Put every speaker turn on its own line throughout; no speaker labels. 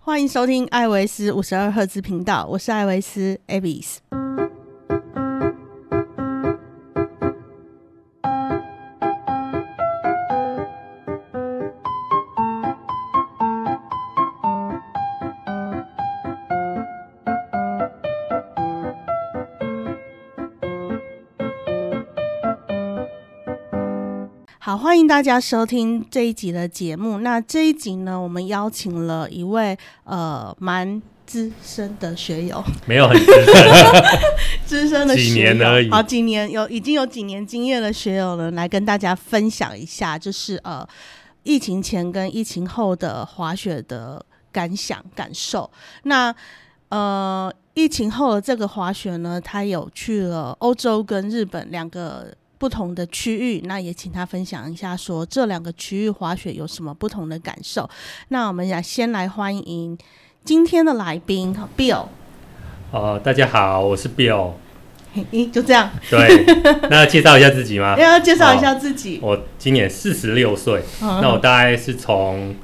欢迎收听艾维斯五十二赫兹频道，我是艾维斯 Avis。好，欢迎大家收听这一集的节目。那这一集呢，我们邀请了一位呃蛮资深的学友，
没有很资深，
资深的
几
学
年
友
而已
好几年有已经有几年经验的学友呢，来跟大家分享一下，就是呃疫情前跟疫情后的滑雪的感想感受。那呃，疫情后的这个滑雪呢，他有去了欧洲跟日本两个不同的区域，那也请他分享一下，说这两个区域滑雪有什么不同的感受。那我们来先来欢迎今天的来宾 Bill，
哦，大家好，我是 Bill。
嘿咦就这样，
对，那介绍一下自己吗？
要介绍一下自己。
我今年四十六岁，
嗯
那我大概是从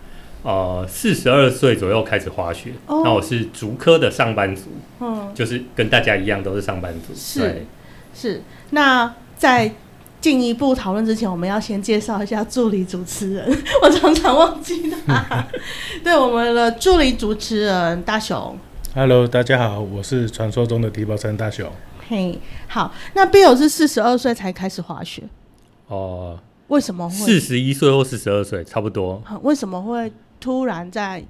呃四十二岁左右开始滑雪。
哦
那我是竹科的上班族，
嗯
就是跟大家一样都是上班族。
是
对，
是。那在进一步讨论之前，我们要先介绍一下助理主持人， 我常常忘记 他。对，我们的助理主持人大雄。
Hello，大家好，我是传说中的低保山大雄。
嘿，好，那 Bill 是四十二岁才开始滑雪，
哦、
为什么
四
会？
十一岁或四十二岁差不多。
啊为什么会突然在？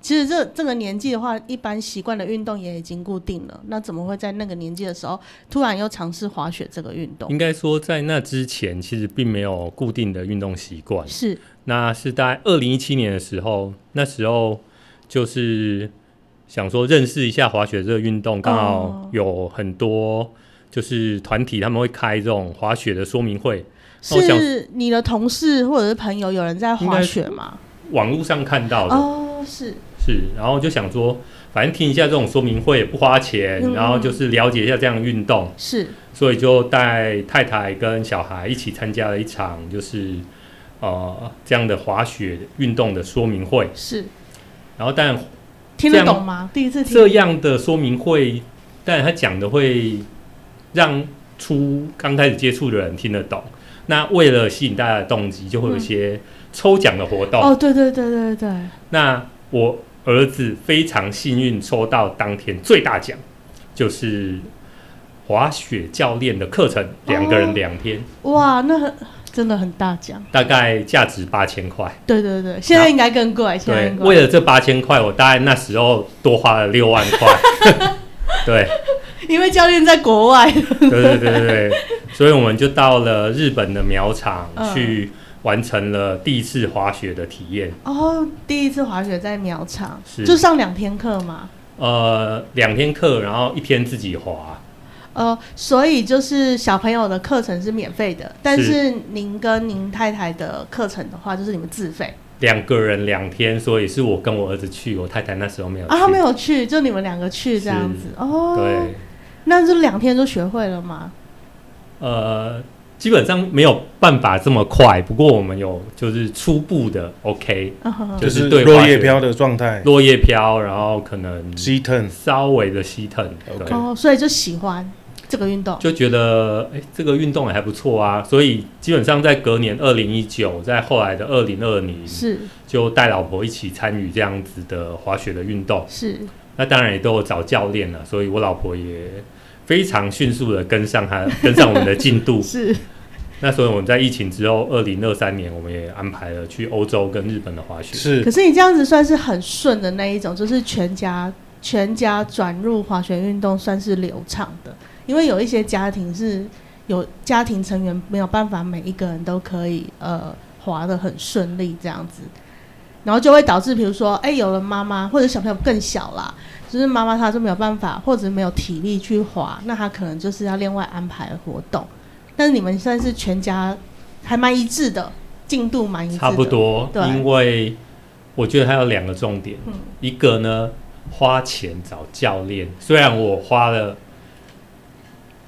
其实这这个年纪的话，一般习惯的运动也已经固定了，那怎么会在那个年纪的时候突然又尝试滑雪这个运动？
应该说，在那之前其实并没有固定的运动习惯。
是
那是在二零一七年的时候，那时候就是想说认识一下滑雪这个运动，刚
哦
好有很多就是团体他们会开这种滑雪的说明会，那我想
是你的同事或者是朋友有人在
应
滑
该
雪吗？
网络上看到的、
哦，是
是，然后就想说，反正听一下这种说明会也不花钱，
嗯
然后就是了解一下这样的运动，
是，
所以就带太太跟小孩一起参加了一场就是呃这样的滑雪运动的说明会，
是
然后但
听得
这样
懂吗？第一次
这
听，
样的说明会，但他讲的会让初刚开始接触的人听得懂。那为了吸引大家的动机，就会有一些抽奖的活动。
哦，对对对对对，
那我儿子非常幸运抽到当天最大奖，就是滑雪教练的课程，两个人两天，
哇，那很真的很大奖，
大概价值八千块。
对对对，现在应该更贵，现在
对
应，该
为了这八千块，我大概那时候多花了六万块。 对，
因为教练在国外，
对 对对对对，所以我们就到了日本的苗场
嗯
去完成了第一次滑雪的体验。
哦，第一次滑雪在苗场，
是
就上两天课嘛。
呃，两天课，然后一天自己滑，
呃，所以就是小朋友的课程是免费的，但是您跟您太太的课程的话，就是你们自费
两个人两天，所以是我跟我儿子去，我太太那时候没有去。
啊。他没有去，就你们两个去这样子哦。
对，，
那这两天就学会了吗？
呃，基本上没有办法这么快，不过我们有就是初步的 OK，
嗯哼
就
就是是
对
落
滑雪
叶飘的状态
落叶飘，然后可能
，G turn
稍微的吸腾，
OK
对。
哦，所以就喜欢这个运动。
就觉得哎、诶这个运动也还不错啊，所以基本上在隔年二零一九，在后来的二零二零，
是
就带老婆一起参与这样子的滑雪的运动。
是，。
那当然也都有找教练了，所以我老婆也非常迅速的跟上她，跟上我们的进 度
是
那所以我们在疫情之后，二零二三年我们也安排了去欧洲跟日本的滑雪。
是
可是你这样子算是很顺的那一种，就是全家全家转入滑雪运动算是流畅的，因为有一些家庭是有家庭成员没有办法每一个人都可以呃滑得很顺利这样子，然后就会导致比如说哎、有了妈妈或者小朋友更小啦，就是妈妈她就没有办法或者没有体力去滑，那她可能就是要另外安排活动，但是你们算是全家还蛮一致的。进度蛮一致的，
差不多
对，
因为我觉得还有两个重点，
嗯
一个呢花钱找教练，虽然我花了。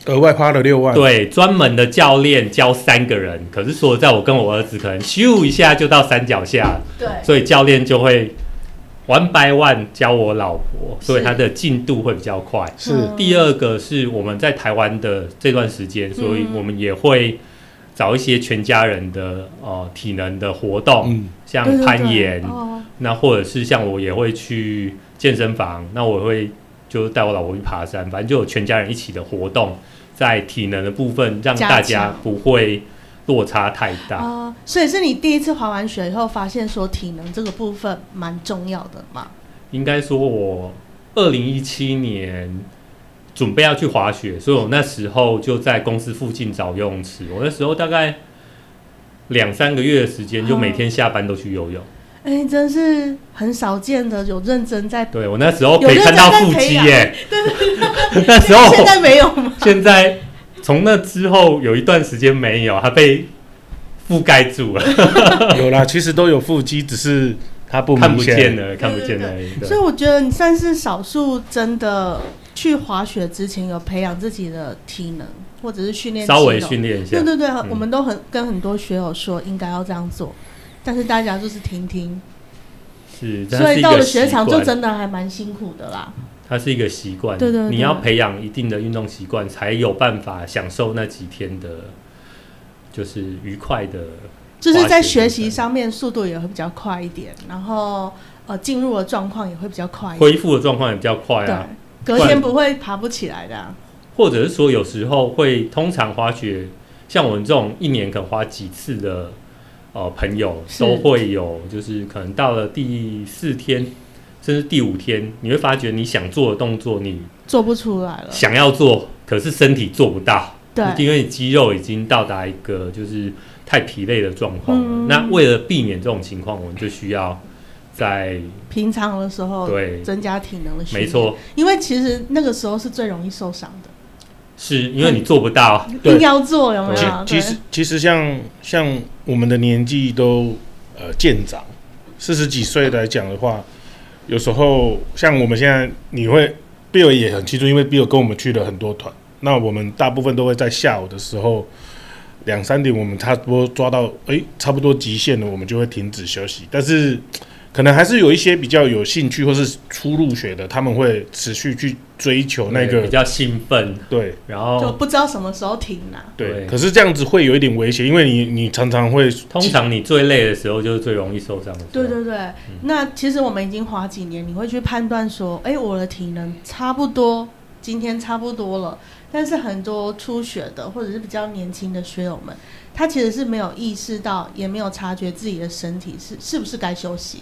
额外花了六万，，
对，专门的教练教三个人，可是说在我跟我儿子可能咻一下就到山脚下了，
对，
所以教练就会玩白万教我老婆，所以它的进度会比较快。
是
嗯
第二个是我们在台湾的这段时间，所以我们也会找一些全家人的呃体能的活动，
嗯，
像
对对
攀
对
岩，
哦
那或者是像我也会去健身房，那我会就带我老婆去爬山，反正就有全家人一起的活动，在体能的部分让
加
大
强
家不会落差太大。
啊，所以是你第一次滑完雪以后，发现说体能这个部分蛮重要的嘛？
应该说，我二零一七年准备要去滑雪，所以我那时候就在公司附近找游泳池。我那时候大概两三个月的时间，就每
哦
天下班都去游泳。
哎、真是很少见的，有认真 在，
对我那时候
有
可以看到
认真
腹
在培
肌
养
耶、 那时候
现在没有吗？
现在从那之后有一段时间没有，它被覆盖住了，
有啦，其实都有腹肌，只是它不
看
明
不
显
见。了，看不见了。
所以我觉得你算是少数真的去滑雪之前有培养自己的体能，或者是训练
对稍微
肌肉
训练一下
哦
嗯
对，对对，我们都很跟很多学友说应该要这样做，但是大家就是听听，
是，它
所
是
以
一
到
个
了雪
习
场就
惯
真的还蛮辛苦的啦。
它是一个习惯，
对对对
你要培养一定的运动习惯，才有办法享受那几天的，就是愉快的。
就是在
滑雪
学
部
习
分
上面速度也会比较快一点，然后呃进入的状况也会比较快一点，
恢复的状况也比较快
对
啊，，
隔天不会爬不起来的啊、
或者是说有时候会通常滑雪，像我们这种一年可能滑几次的呃朋友，
是
都会有，就是可能到了第四天甚至第五天，你会发觉你想做的动作，你
做不出来了。
想要做，可是身体做不到。
呃对，
因为肌肉已经到达一个就是太疲累的状况了。
嗯
那为了避免这种情况，我们就需要在
平常的时候
对，
增加体能的哦训
没
练，，
错，
因为其实那个时候是最容易受伤的，
是因为你做不到，
对
硬要做有没
其
有？
其
对
实其实像像我们的年纪都呃渐长，四十几岁来讲的话，有时候像我们现在，你会 Bill 也很清楚，因为 Bill 跟我们去了很多团，那我们大部分都会在下午的时候两三点，我们差不多抓到诶，差不多极限了，我们就会停止休息，但是。可能还是有一些比较有兴趣或是初入学的，他们会持续去追求那
对
个
比较兴奋，
对
然
就
后
不知道什么时候停啦、
对，
对
可是这样子会有一点危险，因为你你常常会
通常你最累的时候就是最容易受伤的时候。
对对对，那其实我们已经滑几年，你会去判断说，哎，我的体能差不多，今天差不多了。但是很多初学的或者是比较年轻的学友们，他其实是没有意识到，也没有察觉自己的身体是是不是该休息。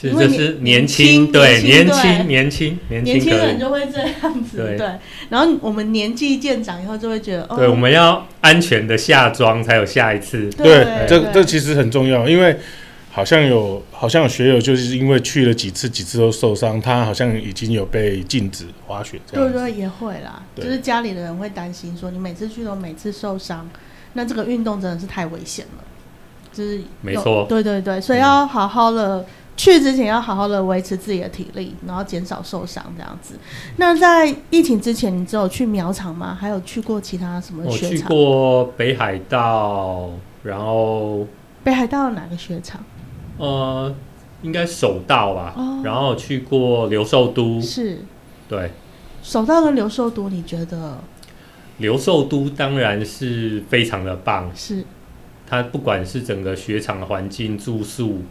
是
因为
就
你
是
年
年
轻
轻，对
年
年
轻
轻年轻年
年
轻
轻
可
人
以。
就会这样子，
对
对。然后我们年纪渐长以后，就会觉得，哦，
对，我们要安全的下装才有下一次。
对
这
对
这其实很重要，因为好像有好像有学友就是因为去了几次几次都受伤，他好像已经有被禁止滑雪这
对
样子。
对，也会啦，就
对
是家里的人会担心说，你每次去都每次受伤，那这个运动真的是太危险了，就是有
没错
对对对，所以要好好的、去之前要好好的维持自己的体力，然后减少受伤这样子。
嗯
那在疫情之前，你只有去苗场吗？还有去过其他什么
我
雪
去
场？
过北海道，然后
北海道有哪个雪场？
呃，应该首道吧，
哦
然后去过留寿都，
是
对，
首道跟留寿都，你觉得
留寿都当然是非常的棒，
是
它不管是整个雪场的环境、住宿，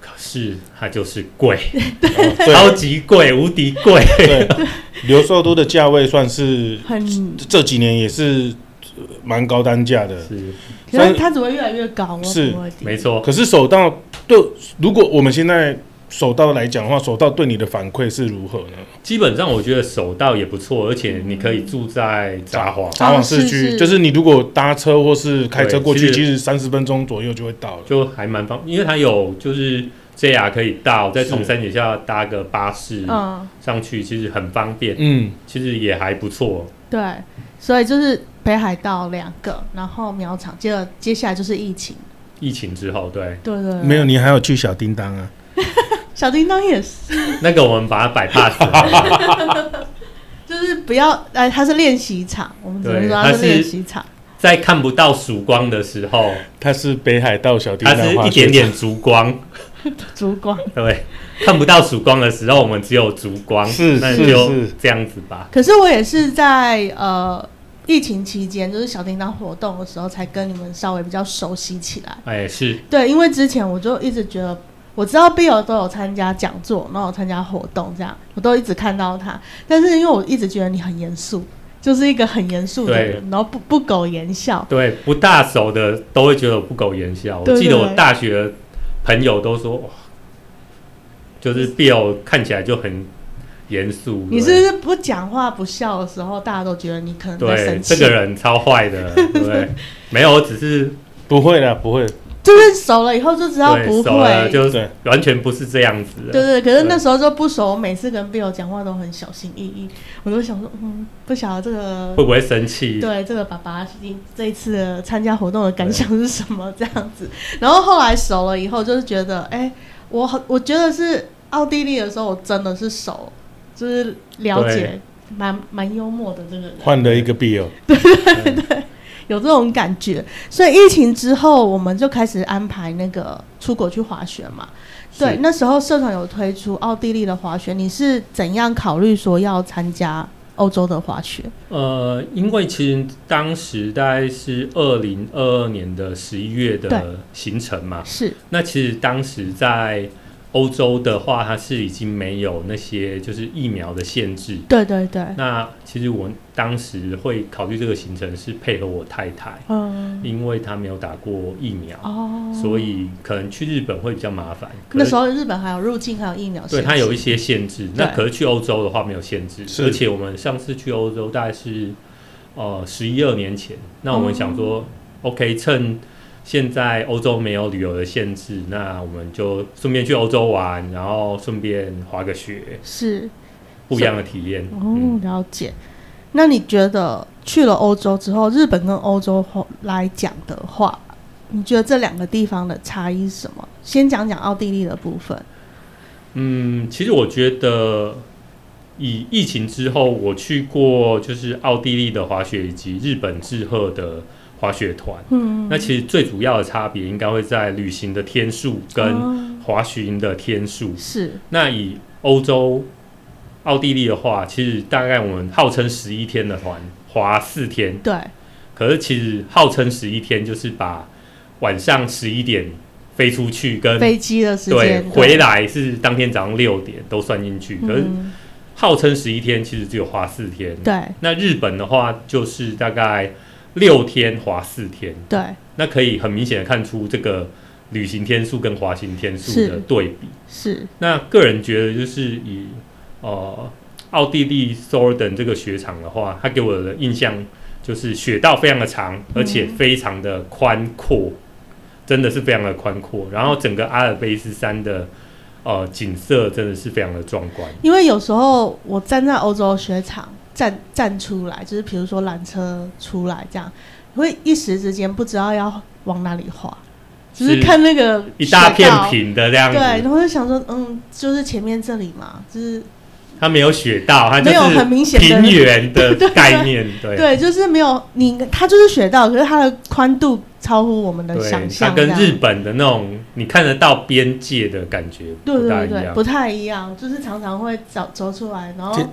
可是它就是贵，
哦
超级贵，无敌贵，
对对， 留寿都的价位算是
很，
这几年也是呃蛮高单价的，
是
可是它只会越来越高，我
是
不会低
没。错，
可是手道对，如果我们现在手道来讲的话，手道对你的反馈是如何呢？
哦
基本上我觉得首道也不错，而且你可以住在札幌。
札
哦
幌
是
市
是
区，就是你如果搭车或是开车
对
过去，
其
其实三十分钟左右就会到了。
就还蛮方，因为它有就是 JR 可以到，再从
是
山脚下搭个巴士
嗯，
上去，其实很方便，
嗯，
其实也还不错。
对，所以就是北海道两个，然后苗场，接着接下来就是疫情，
疫情之后，对，
对对对
没有，你还有去小叮当啊？
小叮当也是，
那个我们把它摆 pass 了。
就是不要，呃，它是练习场，我们只能
对
说
它
它是
是
练习场，
在看不到曙光的时候，
它是北海道小叮
它
当
是
滑
一
雪
点点烛光，
烛光。
对，看不到曙光的时候，我们只有烛光，
是
那
是
就是这样子吧。
可是我也是在呃疫情期间，就是小叮当活动的时候，才跟你们稍微比较熟悉起来。
哎，是
对，因为之前我就一直觉得，我知道 Bill 都有参加讲座，然后有参加活动，这样我都一直看到他。但是因为我一直觉得你很严肃，就是一个很严肃的
对
人，然后不不苟言笑。
对不大熟的都会觉得我不苟言笑。
对
我记得
对
我大学朋友都说，哇，就是 Bill 看起来就很严肃。
嗯你
对
是不是不讲话不笑的时候，大家都觉得你可能在
对
生
这
气？
个人超坏 的，对不对？没有，我只是
不会啦，不会，
就是熟了以后就知道
对
不
熟了，
会。
就是
对
完全不是这样子的。
对对，可是那
对
时候就不熟，我每次跟 Bill 讲话都很小心翼翼，我都想说，嗯，不晓得这个
会不会生气？
对这个爸爸今这一次的参加活动的感想是什么这样子。然后后来熟了以后，就是觉得，哎、我很我觉得是奥地利的时候，我真的是熟，就是了解蛮蛮幽默的这个人，
换了一个哦 Bill，
有这种感觉。所以疫情之后，我们就开始安排那个出国去滑雪嘛。
是
对，那时候社团有推出奥地利的滑雪，你是怎样考虑说要参加欧洲的滑雪？
呃，因为其实当时大概是二零二二年的十一月
对
的行程嘛，
是
那其实当时在欧洲的话，它是已经没有那些就是疫苗的限制。
对对对，
那其实我当时会考虑这个行程是配合我太太，
嗯，
因为她没有打过疫苗，
哦，
所以可能去日本会比较麻烦。可
那
是
时候日本还有入境，还有疫苗限制，
对它有一些限制，那
对
可是去欧洲的话没有限制，
是
而且我们上次去欧洲大概是呃十一二年前，那我们想
哦
说、o k 趁现在欧洲没有旅游的限制，那我们就顺便去欧洲玩，然后顺便滑个雪，
是
不一样的体验。
哦
嗯，，
了解。那你觉得去了欧洲之后，日本跟欧洲来讲的话，你觉得这两个地方的差异是什么？先讲讲奥地利的部分。
嗯，其实我觉得。以疫情之后，我去过就是奥地利的滑雪以及日本志贺的滑雪团。
嗯，
那其实最主要的差别应该会在旅行的天数跟
哦
滑行的天数。
是
那以欧洲奥地利的话，其实大概我们号称十一天的团滑四天，
对
可是其实号称十一天就是把晚上十一点飞出去跟
飞机的时
对
间
回，来是当天早上六点都算进去，
对
可是
嗯，
号称十一天，其实只有滑四天。
对
那日本的话就是大概六天滑四天。
对
那可以很明显的看出这个旅行天数跟滑行天数
是
的对比。
是
那个人觉得就是以呃奥地利 Sorden 这个雪场的话，它给我的印象就是雪道非常的长，而且非常的宽阔，真的是非常的宽阔。然后整个阿尔卑斯山的呃景色真的是非常的壮观。
因为有时候我站在欧洲雪场站站出来，就是比如说缆车出来这样，会一时之间不知道要往哪里滑，只是
是
看那个
一大
雪
片
道
平的这样
对，然
子，
后就想说，嗯，就是前面这里嘛，就是
它没有雪道，它就
没有很
是
明显的
平原的
对对
概念，对。
对，就是没有你，它就是雪道，可是它的宽度超乎我们的想
对，它
象，
跟
这样
日本的那种你看得到边界的感觉
对
不大
对
一
对，
样。
不太一样，就是常常会走走出来，然后
这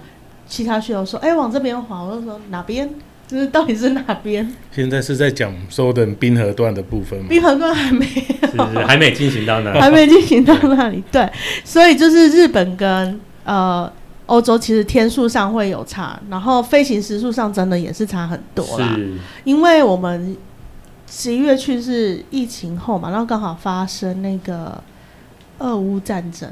其他学友说，哎、往这边滑，我就说哪边？就是到底是哪 边？
现在是在讲收的冰河段的部分嘛，
冰河段还没
是是还没进行到那
还没进行到那里，对，所以就是日本跟呃欧洲其实天数上会有差，然后飞行时速上真的也是差很多啦。
是
因为我们十一月去是疫情后嘛，然后刚好发生那个俄乌战争，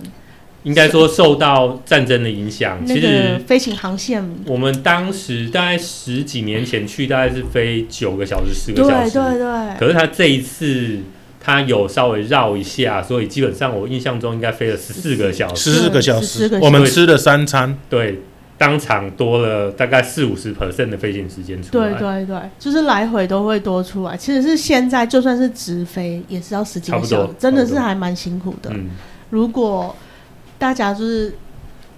应该说受到战争的影响。
那
其
个
实
飞行航线，
我们当时大概十几年前去，大概是飞九个小时、十
对
个小
对
时。
对，
可是他这一次他有稍微绕一下，所以基本上我印象中应该飞了十四个小时。
十四个小时
14个小，时
我们吃了三餐，
对，当场多了大概四五十 percent 的飞行时间出来。
对对对，就是来回都会多出来。其实是现在就算是直飞，也是要十几个
差
小
不
时
多，
真的
差
是
不多
还蛮辛苦的。
嗯，
如果大家就是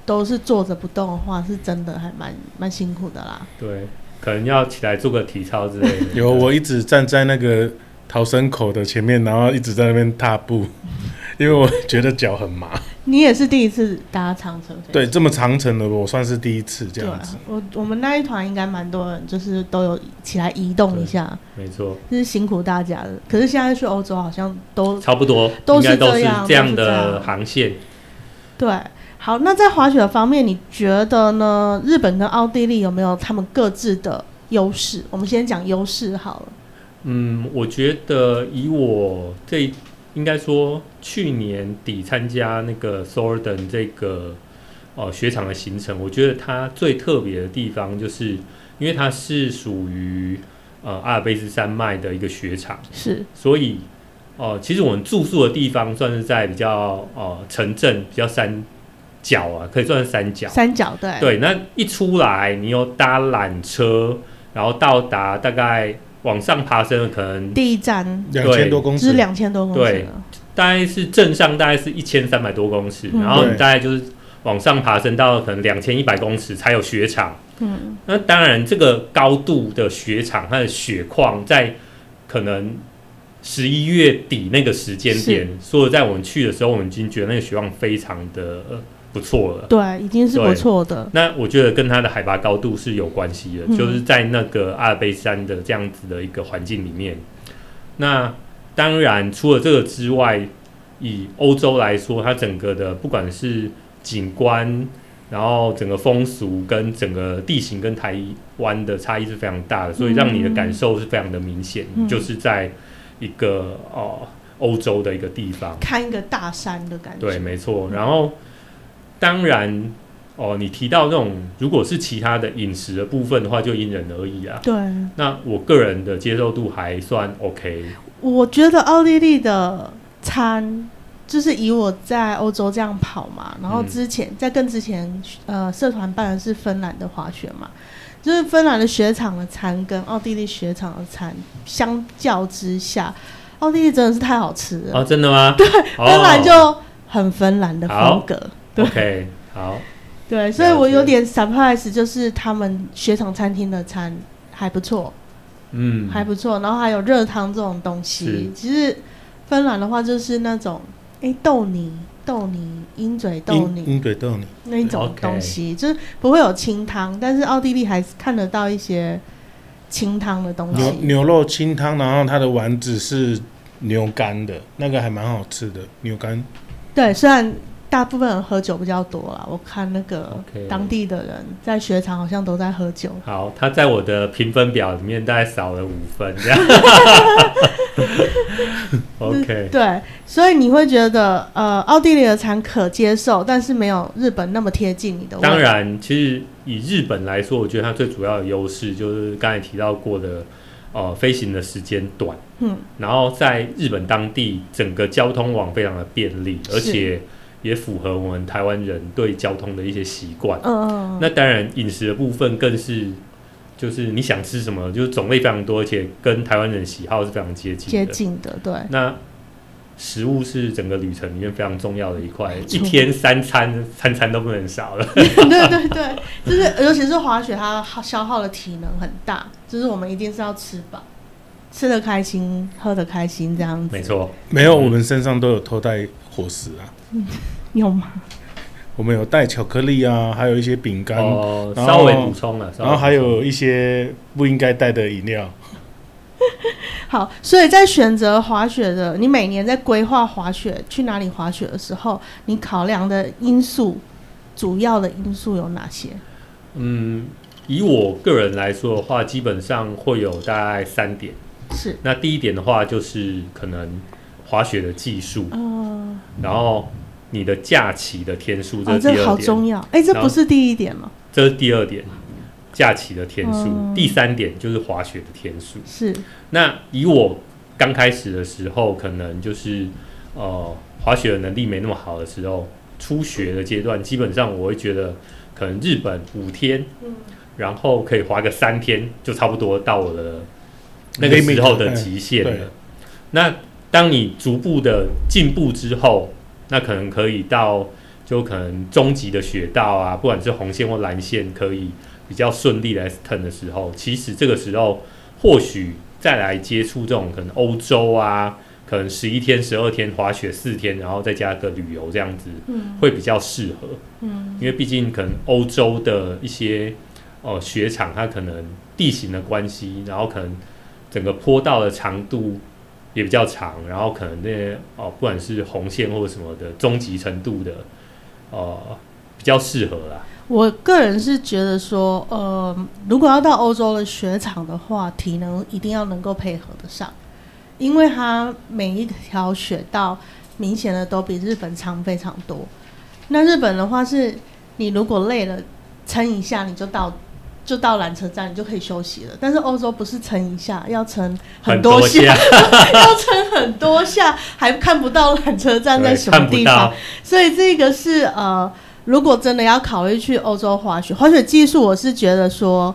都是坐着不动的话，是真的还蛮蛮辛苦的啦。
对，可能要起来做个体操之类的。
有我一直站在那个逃生口的前面，然后一直在那边踏步， 因为我觉得脚很麻。
你也是第一次搭长城飞机？
对，这么长程的我算是第一次这
对啊
样子。，
我我们那一团应该蛮多人，就是都有起来移动一下，
没错，
就是辛苦大家了。可是现在去欧洲好像都
差不多，
都
应该
是
都
这
是
样
这
都
样
是这
的
样
航线。
对。好，那在滑雪方面，你觉得呢？日本跟奥地利有没有他们各自的优势？我们先讲优势好了。
嗯，我觉得以我这应该说去年底参加那个 Sorden 这个呃雪场的行程，我觉得它最特别的地方，就是因为它是属于呃阿尔卑斯山脉的一个雪场，
是
所以呃其实我们住宿的地方算是在比较呃城镇比较山脚啊，可以算是山脚。
三角对，
对，那一出来，你又搭缆车，然后到达大概往上爬升，可能
第一站
两千多公
是
尺，
啊两千多公尺
对
了，
大概是正上大概是一千三百多公尺，
嗯
然后你
对
大概就是往上爬升到可能两千一百公尺才有雪场。
嗯，
那当然，这个高度的雪场它的雪况在可能十一月底那个时间点，所以在我们去的时候，我们已经觉得那个雪况非常的呃不错了。
对，已经是不
对
错的。
那我觉得跟它的海拔高度是有关系的，
嗯
就是在那个阿尔卑斯山的这样子的一个环境里面。那当然，除了这个之外，以欧洲来说，它整个的不管是景观，然后整个风俗跟整个地形跟台湾的差异是非常大的，所以让你的感受是非常的明显，
嗯
就是在一个哦欧洲的一个地方。
看一个大山的感觉。
对，没错。然后，当然，哦，你提到那种如果是其他的饮食的部分的话，就因人而异啊。
对，
那我个人的接受度还算 OK，
我觉得奥地利的餐，就是以我在欧洲这样跑嘛，然后
嗯
之前、在更之前，呃，社团办的是芬兰的滑雪嘛，就是芬兰的雪场的餐跟奥地利雪场的餐相较之下，奥地利真的是太好吃了，
啊，真的吗？对，
芬兰就很芬兰的风格。对
OK，好，
对，所以我
了解
有点 surprise，就是他们雪场餐厅的餐还不错，
嗯，
还不错。然后还有热汤这种东西，其实芬兰的话就是那种诶豆泥、豆泥、鹰嘴豆
鹰
泥
鹰嘴豆泥，
那一种
OK
东西，就是不会有清汤，但是奥地利还是看得到一些清汤的东
牛
西。
牛肉清汤，然后它的丸子是牛肝的，那个还蛮好吃的牛肝。
对，虽然大部分人喝酒比较多啦，我看那个
OK
当地的人在雪场好像都在喝酒。
好，他在我的评分表里面大概少了五分， 这样。OK，
对，所以你会觉得呃，奥地利的餐可接受，但是没有日本那么贴近你的味。
当，然，其实以日本来说，我觉得它最主要的优势就是刚才提到过的，呃，飞行的时间短。
嗯，
然后在日本当地，整个交通网非常的便利，
是
而且也符合我们台湾人对交通的一些习惯。
嗯嗯嗯。
那当然，饮食的部分更是，就是你想吃什么，就是种类非常多，而且跟台湾人喜好是非常接近
接
的。
近的，对，
那食物是整个旅程里面非常重要的一块，
没错
一天三餐，三餐都不能少了。
对对对，就是尤其是滑雪，它耗消耗的体能很大，就是我们一定是要吃饱，吃的开心，喝的开心这样子，
没错，
没有，我们身上都有偷带伙食啊，
有吗？
我们有带巧克力啊，还有一些饼干，
哦，
然
稍微
后
补充了，稍微
然后还
补充
有一些不应该带的饮料。
好，所以在选择滑雪的，你每年在规划滑雪去哪里滑雪的时候，你考量的因素，主要的因素有哪些？
嗯，以我个人来说的话，基本上会有大概三点。
是，
那第一点的话，就是可能滑雪的技术，
嗯、
然后你的假期的天数，
哦，
这是
这
第
个
二
好
点。
重要，哎、这
然
不
后
是第一点吗？
这是第二点，假期的天数。
嗯
第三点就是滑雪的天数。
是，
那以我刚开始的时候，可能就是呃滑雪的能力没那么好的时候，初学的阶段，基本上我会觉得可能日本五天，
嗯
然后可以滑个三天，就差不多到我的那个时候的
Limit，
极限
嗯对
了。那当你逐步的进步之后，那可能可以到就可能终极的雪道啊，不管是红线或蓝线，可以比较顺利来 turn 的时候，其实这个时候或许再来接触这种可能欧洲啊，可能十一天、十二天滑雪四天，然后再加个旅游这样子，
嗯
会比较适合。
嗯
因为毕竟可能欧洲的一些呃雪场，它可能地形的关系，然后可能整个坡道的长度也比较长，然后可能那些哦、不管是红线或什么的终极程度的，呃，比较适合啦。
我个人是觉得说，呃，如果要到欧洲的雪场的话，体能一定要能够配合得上，因为它每一条雪道明显的都比日本长非常多。那日本的话是，你如果累了，撑一下你就到就到缆车站，你就可以休息了。但是欧洲不是撑一下，要撑很多下，
下
要撑很多下，还看不到缆车站在
对
什么
哎看不
地方
到。，
所以这个是呃，如果真的要考虑去欧洲滑雪，滑雪技术我是觉得说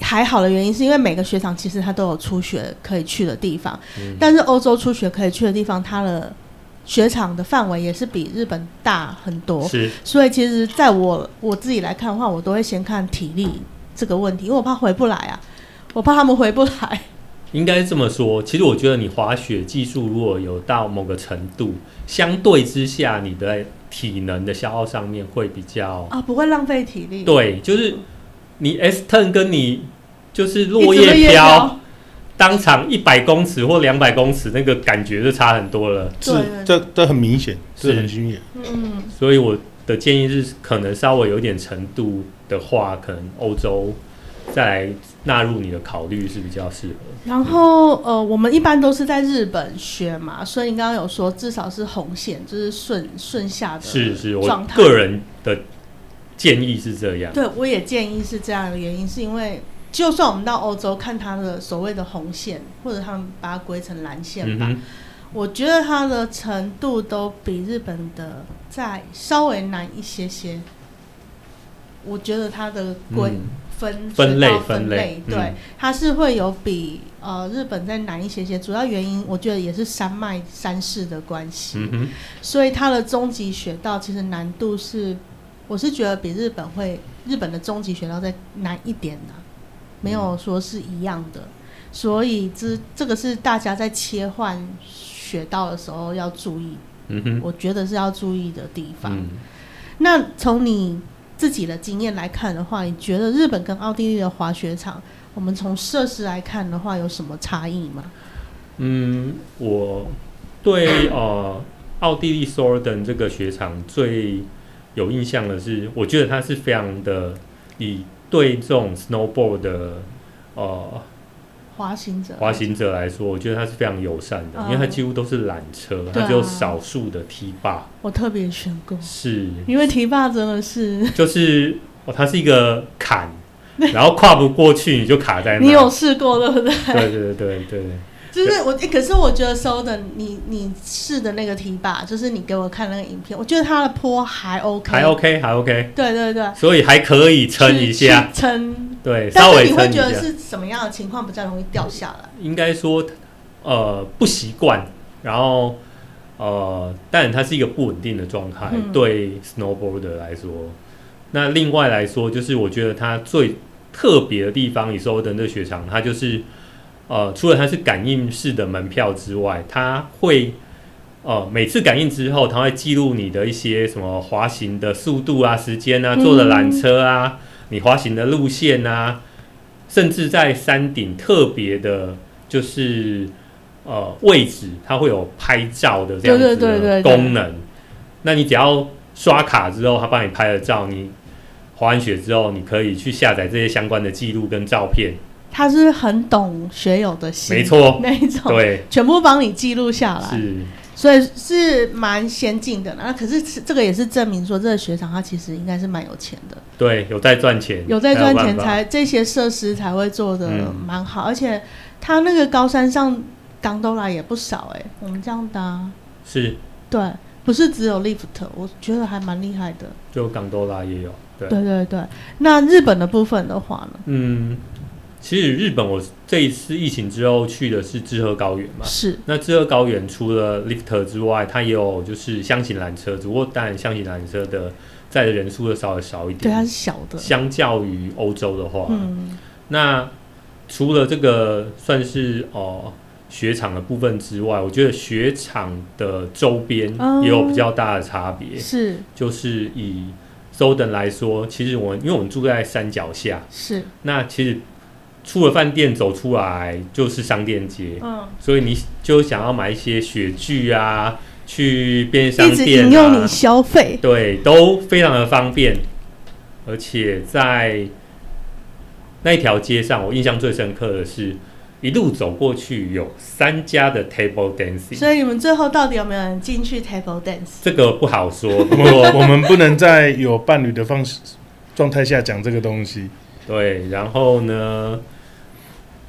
还好的原因，是因为每个雪场其实它都有初雪可以去的地方，
嗯
但是欧洲初雪可以去的地方，它的雪场的范围也是比日本大很多，
是
所以其实在我我自己来看的话，我都会先看体力这个问题，因为我怕回不来啊，我怕他们回不来。
应该这么说。其实我觉得你滑雪技术如果有到某个程度，相对之下，你的体能的消耗上面会比较
啊，不会浪费体力。，
对，就是你 S turn 跟你就是落
一直会
叶
越
飘，当场一百公尺或两百公尺，那个感觉就差很多了。
对
这这这很明显，这
是
很明显。
嗯，
所以我的建议是，可能稍微有点程度的话，可能欧洲再来纳入你的考虑是比较适合。
然后呃，我们一般都是在日本学嘛，所以你刚刚有说至少是红线，就是顺顺下的
是是，我
状态。
个人的建议是这样。
对我也建议是这样的原因，是因为就算我们到欧洲看它的所谓的红线，或者他们把它归成蓝线
嗯
吧，
哼，
我觉得它的程度都比日本的再稍微难一些些。我觉得它的归、
嗯
分
分
学
类
到分
分类
对，
嗯
它是会有比呃日本再难一些些。主要原因我觉得也是山脉山势的关系，
嗯哼，
所以它的终极雪道其实难度是，我是觉得比日本会日本的终极雪道再难一点呢、没
嗯
有说是一样的，所以这这个是大家在切换雪道的时候要注意，
嗯哼，
我觉得是要注意的地方。
嗯。
那从你自己的经验来看的话，你觉得日本跟奥地利的滑雪场，我们从设施来看的话，有什么差异吗？
嗯，我对呃奥地利 Sorden 这个雪场最有印象的是，我觉得它是非常的以对这种 snowboard 的呃
滑行者，
滑行者来说，我觉得它是非常友善
嗯
的，因为它几乎都是缆车，
对
它
啊
只有少数的梯坝
我特别选过，
是
因为提坝真的是。
就是、哦、它是一个坎，然后跨不过去你就卡在 那。
你有试过对不对？
对对对对对，
就是我、诶可是我觉得收的你你试的那个提把，就是你给我看那个影片，我觉得它的坡还 OK，
还 OK 还 OK，
对对对，
所以还可以撑一
去，
下
去撑，
对，稍
但是
微
你会
撑一
觉
下
得。是什么样的情况比较容易掉下来？
应该说，呃，不习惯，然后呃，但它是一个不稳定的状态，
嗯
对 snowboarder 来说。那另外来说，就是我觉得它最特别的地方，你说的那雪场，它就是呃，除了它是感应式的门票之外，它会。呃，每次感应之后，它会记录你的一些什么滑行的速度啊、时间啊、坐的缆车啊、你滑行的路线啊，甚至在山顶特别的，就是呃位置，它会有拍照的这样
对对
子
对对对
的功能。那你只要刷卡之后，它帮你拍了照，你滑完雪之后，你可以去下载这些相关的记录跟照片。
他是很懂学友的心，
没错
那一种，
哦对，
全部帮你记录下来，
是
所以是蛮先进的啦。那可是是这个也是证明说，这个学长他其实应该是蛮有钱的，
对，有在赚钱，
有在赚钱
嗯办法
才这些设施才会做的
嗯
蛮好，而且他那个高山上港都来也不少哎、我们这样搭、
是，
对，不是只有 lift，我觉得还蛮厉害的。
就港多拉也有，对，
对对对，那日本的部分的话呢？
嗯，其实日本我这一次疫情之后去的是知和高原嘛，
是
那知和高原除了 lifter 之外，它也有就是箱型缆车，只不过当然箱型缆车的载的人数又稍微少一
对，它
点
是，嗯小的，
相较于啊欧洲的话，
嗯，
那除了这个算是哦、雪场的部分之外，我觉得雪场的周边
哦
也有比较大的差别。
是
就是以 Soden 来说，其实我们因为我们住在山脚下，
是，
那其实出了饭店走出来就是商店街，
嗯，
所以你就想要买一些雪具啊，去便利商
一直
店
引诱
啊
你，消费，
对，都非常的方便，而且在那一条街上，我印象最深刻的是，一路走过去有三家的 table dancing，
所以你们最后到底有没有人进去 table dance？
这个不 好说，
我
不
们
过
我们不能在有伴侣的方式状态下讲这个东西。
对，然后呢，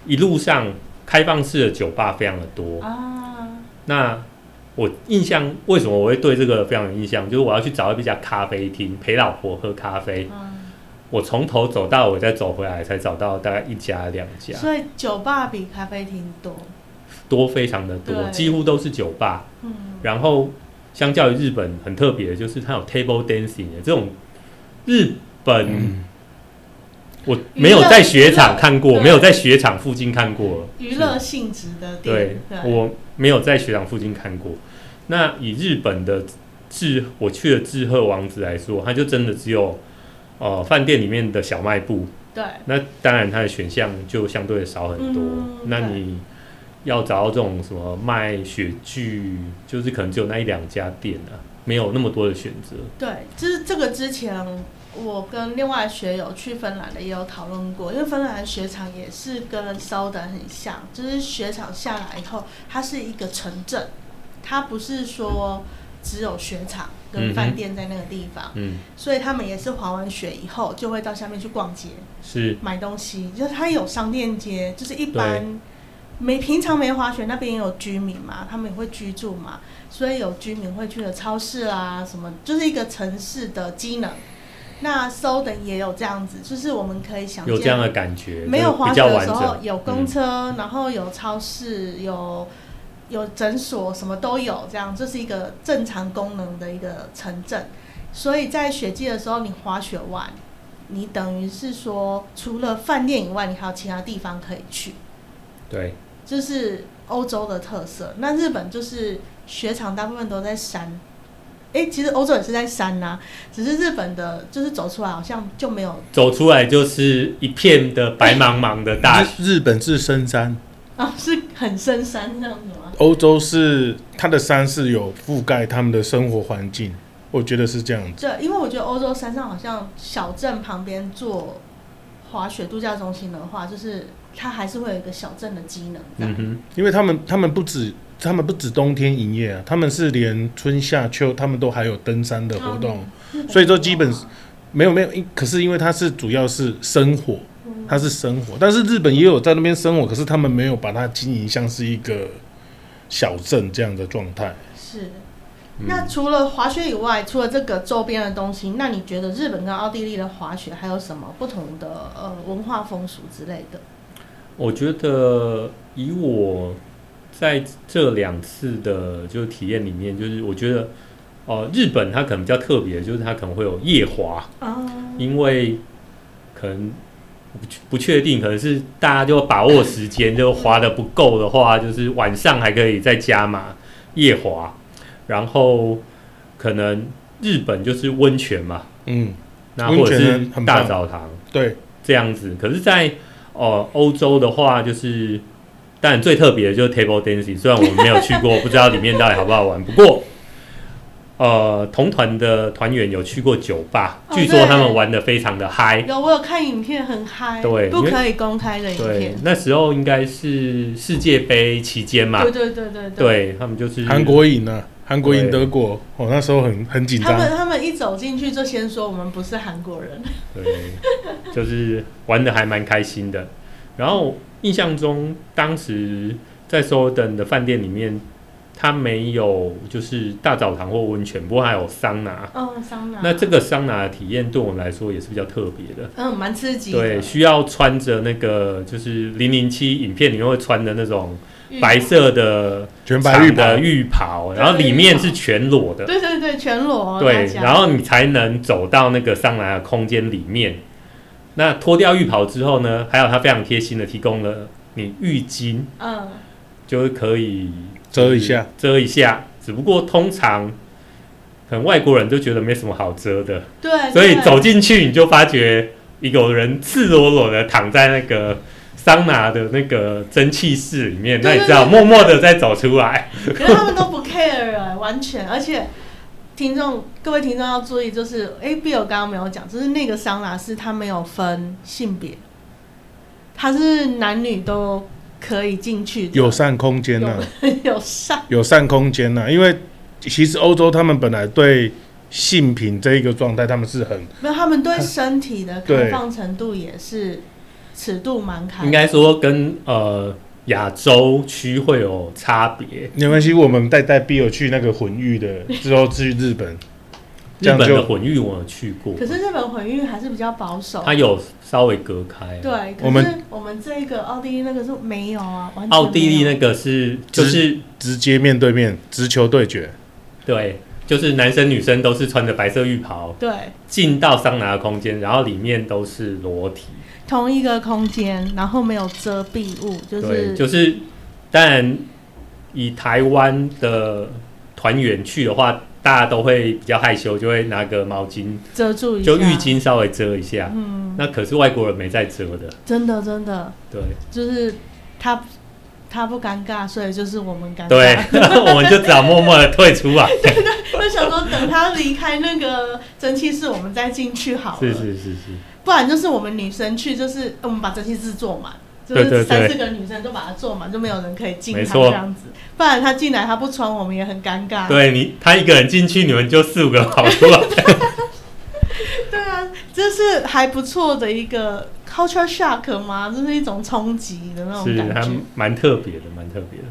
一路上开放式的酒吧非常的多。
啊，
那我印象为什么我会对这个非常有印象？就是我要去找一家咖啡厅陪老婆喝咖啡，
嗯，
我从头走到尾再走回来，才找到大概一家两家，
所以酒吧比咖啡厅多，
多非常的多，
对
几乎都是酒吧。
嗯，
然后相较于日本很特别的就是它有 table dancing 的这种日本。我没有在雪场看
娱
过，
乐
没有在雪场附近看过，
娱乐性质的
对
店，对，
我没有在学长附近看过。那以日本的志，我去的志贺王子来说，它就真的只有呃饭店里面的小卖部。
对，
那当然，它的选项就相对少很多。
嗯
那
对
你要找到这种什么卖雪具，就是可能只有那一两家店啊，没有那么多的选择。
对，就是这个之前，我跟另外学友去芬兰的也有讨论过，因为芬兰的雪场也是跟烧的很像，就是雪场下来以后，它是一个城镇，它不是说只有雪场跟
嗯
饭
哼
店在那个地方，
嗯，
所以他们也是滑完雪以后就会到下面去逛街
是
买东西，就是它有商店街，就是一般。没平常没滑雪，那边也有居民嘛，他们也会居住嘛，所以有居民会去的超市啊，什么就是一个城市的机能。那 Soden 也有这样子，就是我们可以想见
有这样的感觉，
没有
就是
滑
比
雪
较
的
完
时候
整。嗯
有公车，然后有超市，有有诊所，什么都有，这样这是一个正常功能的一个城镇。所以在雪季的时候，你滑雪完，你等于是说除了饭店以外，你还有其他地方可以去，
对，
这是欧洲的特色。那日本就是雪场大部分都在山。诶，其实欧洲也是在山呐、只是日本的，就是走出来好像就没有
走出来就是一片的白茫茫的大
日日本是深山，
啊，是很深山这样子吗？
欧洲是它的山是有覆盖他们的生活环境，我觉得是这样子。
对，因为我觉得欧洲山上好像小镇旁边做滑雪度假中心的话，就是它还是会有一个小镇的机能在。
嗯哼，
因为他们他们不止他们不止冬天营业啊，他们是连春夏秋他们都还有登山的活动，
嗯
所以说基本没有没有，可是因为它是主要是生活，
嗯
它是生活，但是日本也有在那边生活，可是他们没有把它经营像是一个小镇这样的状态。
是。
嗯
那除了滑雪以外，除了这个周边的东西，那你觉得日本跟奥地利的滑雪还有什么不同的呃文化风俗之类的？
我觉得以我在这两次的就是体验里面，就是我觉得，呃，日本它可能比较特别，就是它可能会有夜滑，
啊，
因为可能不确不确定，可能是大家就把握时间，就滑的不够的话，就是晚上还可以再加嘛夜滑，然后可能日本就是温泉嘛，
嗯，
那或者
温
是
泉很棒
大澡堂。
对，
这样子。可是在，呃欧洲的话，就是当然最特别的就是 table dancing，虽然我们没有去 过，不知道里面到底好不好玩。不过，呃，同团的团员有去过酒吧，
哦
据说他
对
们玩的非常的嗨。
有我有看影片，很嗨，
对
不
因为
可以公开的影
对
片，，
那时候应该是世界杯期间嘛，
对对对对对。
对他们就是
韩国赢了、韩国赢
对
德国，我、那时候很很紧
他
张。
们他们一走进去就先说我们不是韩国人，
对，就是玩的还蛮开心的。然后印象中，当时在 Soden 的饭店里面，它没有就是大澡堂或温泉，不过还有桑拿。
嗯，桑拿。
那这个桑拿的体验对我们来说也是比较特别的。
嗯，蛮刺激的。
对，需要穿着那个就是零零七影片里面会穿的那种
浴
白色的
全白绿
长的
袍，
浴袍，
对
然后里面
浴袍
是全裸的。
对对对，全裸哦。
对
大，家
然后你才能走到那个桑拿的空间里面。那脱掉浴袍之后呢，还有他非常贴心的提供了你浴巾，
嗯，
就是可以
遮一下，
遮一下。只不过通常可能外国人就觉得没什么好遮的，
对，
所以
对
走进去你就发觉有人赤裸裸的躺在那个桑拿的那个蒸汽室里面，那
对
你知道，
对
默默的再走出来。
可是他们都不 care 哎、完全，而且听众各位听众要注意，就是哎，Bill 刚刚没有讲，就是那个桑拿是它没有分性别，它是男女都可以进去的，
友善空间
啊
呐、
有上，
友善空间啊呐、因为其实欧洲他们本来对性品这一个状态，他们是很
没有他们对身体的开
对
放程度也是尺度蛮开的，
应该说跟呃亚洲区会有差别。
没关系。我们带带 Bill 去那个混浴的之后，去日本，
日
这样
本的
就
混浴我有去过，
可是日本混浴还是比较保守，
它有稍微隔开。，啊
对，啊可
我
是
们
我们这个奥地利那个是没有啊，完全没有
奥地利那个是
只
就是
直接面对面直球对决。
对，就是男生女生都是穿着白色浴袍
对
进到桑拿的空间，然后里面都是裸体。
同一个空间，然后没有遮蔽物，就是
对，就是当然以台湾的团员去的话，大家都会比较害羞，就会拿个毛巾
遮住一下，
就浴，巾稍微遮一下。
嗯，
那可是外国人没在遮的，
真的真的
对。
就是他他不尴尬，所以就是我们尴尬。
对，， 我们就只好默默的退出啊来。
我想说等他离开那个蒸汽室，我们再进去好了，
是是是是，
不然就是我们女生去，就是我们把蒸汽室坐满。就
对
是
对对
三四个女生就把它坐满，就没有人可以进
没
他
错
这样子，不然他进来他不穿，我们也很尴尬。
对你他一个人进去，你们就四五个跑出来。
对啊，这是还不错的一个 culture shock 吗？就是一种冲击的那种
是，
感
还
觉。
蛮特别的，蛮特别的。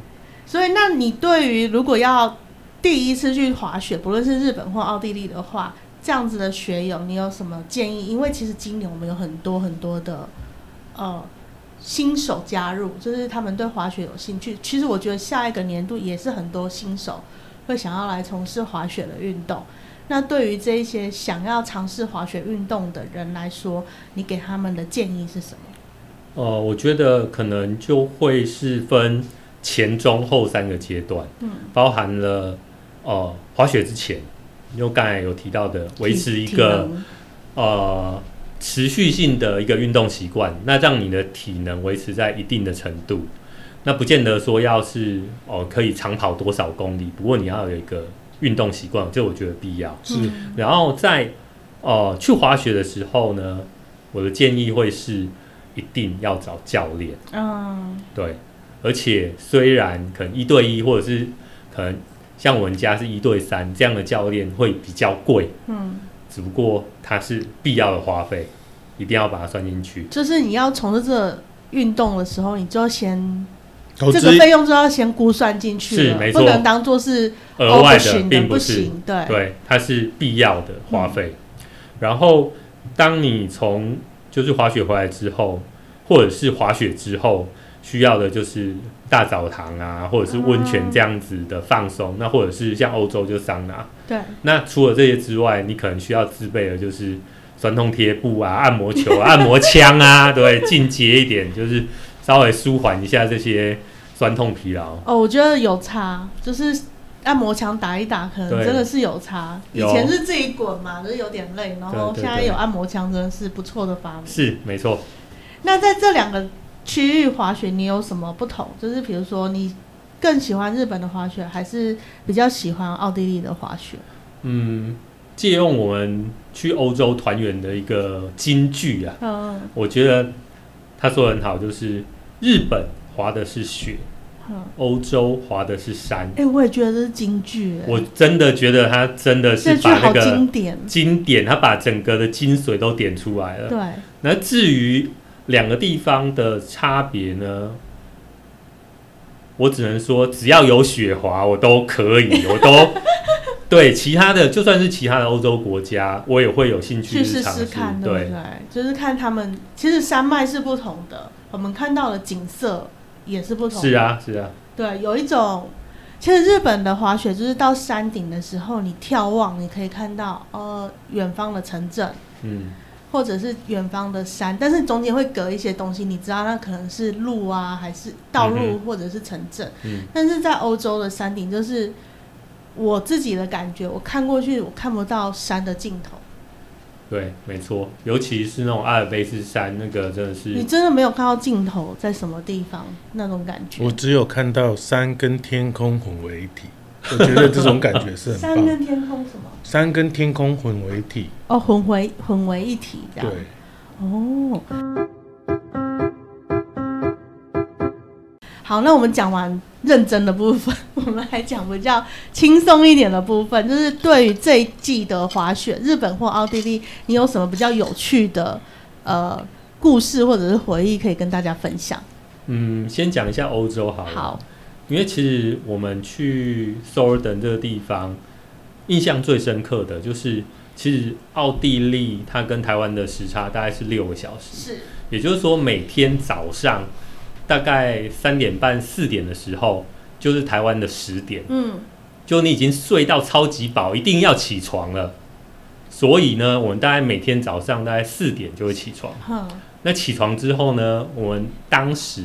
所以，那你对于如果要第一次去滑雪，不论是日本或奥地利的话，这样子的雪友，你有什么建议？因为其实今年我们有很多很多的呃新手加入，就是他们对滑雪有兴趣。其实我觉得下一个年度也是很多新手会想要来从事滑雪的运动。那对于这一些想要尝试滑雪运动的人来说，你给他们的建议是什么？
呃，我觉得可能就会是分前、中、后三个阶段，
嗯，
包含了呃滑雪之前，就刚才有提到的维持一
体
个
能
呃持续性的一个运动习惯，那让你的体能维持在一定的程度。那不见得说要是哦可以长跑多少公里，不过你要有一个运动习惯，这我觉得必要。
是
嗯
然后在呃去滑雪的时候呢，我的建议会是一定要找教练，
嗯
对，而且虽然可能一对一或者是可能像我们家是一对三这样的教练会比较贵，
嗯。
只不过它是必要的花费，一定要把它算进去。
就是你要从事这个运动的时候，你就先
投
这
资
个费用就要先估算进去了，
是没
不
错
能当做是
额外
哦不行
并不是，
行，对，
对，它是必要的花费。然后，当你从就是滑雪回来之后，或者是滑雪之后，需要的就是大澡堂啊，或者是温泉这样子的放松。那或者是像欧洲就桑拿。
对
那除了这些之外，你可能需要自备的就是酸痛贴布啊、按摩球、啊、按摩枪啊，对，进阶一点，就是稍微舒缓一下这些酸痛疲劳。
哦，我觉得有差，就是按摩枪打一打，可能
对
真的是有差。以
有
前是自己滚嘛，就是有点累，然后
对对
现在
对
有按摩枪，真的是不错的发明。
是，没错。
那在这两个区域滑雪，你有什么不同？就是比如说，你更喜欢日本的滑雪，还是比较喜欢奥地利的滑雪？
嗯，借用我们去欧洲团圆的一个金句啊，
嗯
我觉得他说的很好，就是日本滑的是雪，
嗯，
欧洲滑的是山
哎、。我也觉得这是京剧、哎
我真的觉得他真的
这
是
句
把那
好
个
经典，
经典，他把整个的精髓都点出来了。
对，
那至于两个地方的差别呢？我只能说，只要有雪滑，我都可以，我都 对其他的，就算是其他的欧洲国家，我也会有兴趣
去试
尝
试
试。
看，对不
对，
对？就是看他们，其实山脉是不同的，我们看到的景色也是不同的。
是，啊，是啊，
对，有一种，其实日本的滑雪就是到山顶的时候，你眺望，你可以看到呃远方的城镇，
嗯，
或者是远方的山，但是中间会隔一些东西，你知道那可能是路啊，还是道
嗯
路
哼
或者是城镇。
嗯
但是在欧洲的山顶，就是我自己的感觉，我看过去我看不到山的尽头，
对，没错，尤其是那种阿尔卑斯山，那个真的
你
是
真的没有看到尽头在什么地方那种感
我
觉。
只有看到山跟天空混为一体，我觉得这种感觉是很
山
棒。
跟天空什么？
山跟天空混为一体，
哦，混为混为一体这
对
样。，哦。好，那我们讲完认真的部分，我们来讲比较轻松一点的部分，就是对于这一季的滑雪，日本或奥地利，你有什么比较有趣的呃故事或者是回忆可以跟大家分享？
嗯，先讲一下欧洲好了，
好，
因为其实我们去首尔等这个地方，印象最深刻的就是，其实奥地利它跟台湾的时差大概是六个小时，
是
也就是说每天早上大概三点半四点的时候，就是台湾的十点，
嗯，
就你已经睡到超级饱，一定要起床了。所以呢，我们大概每天早上大概四点就会起床。
哼，
那起床之后呢，我们当时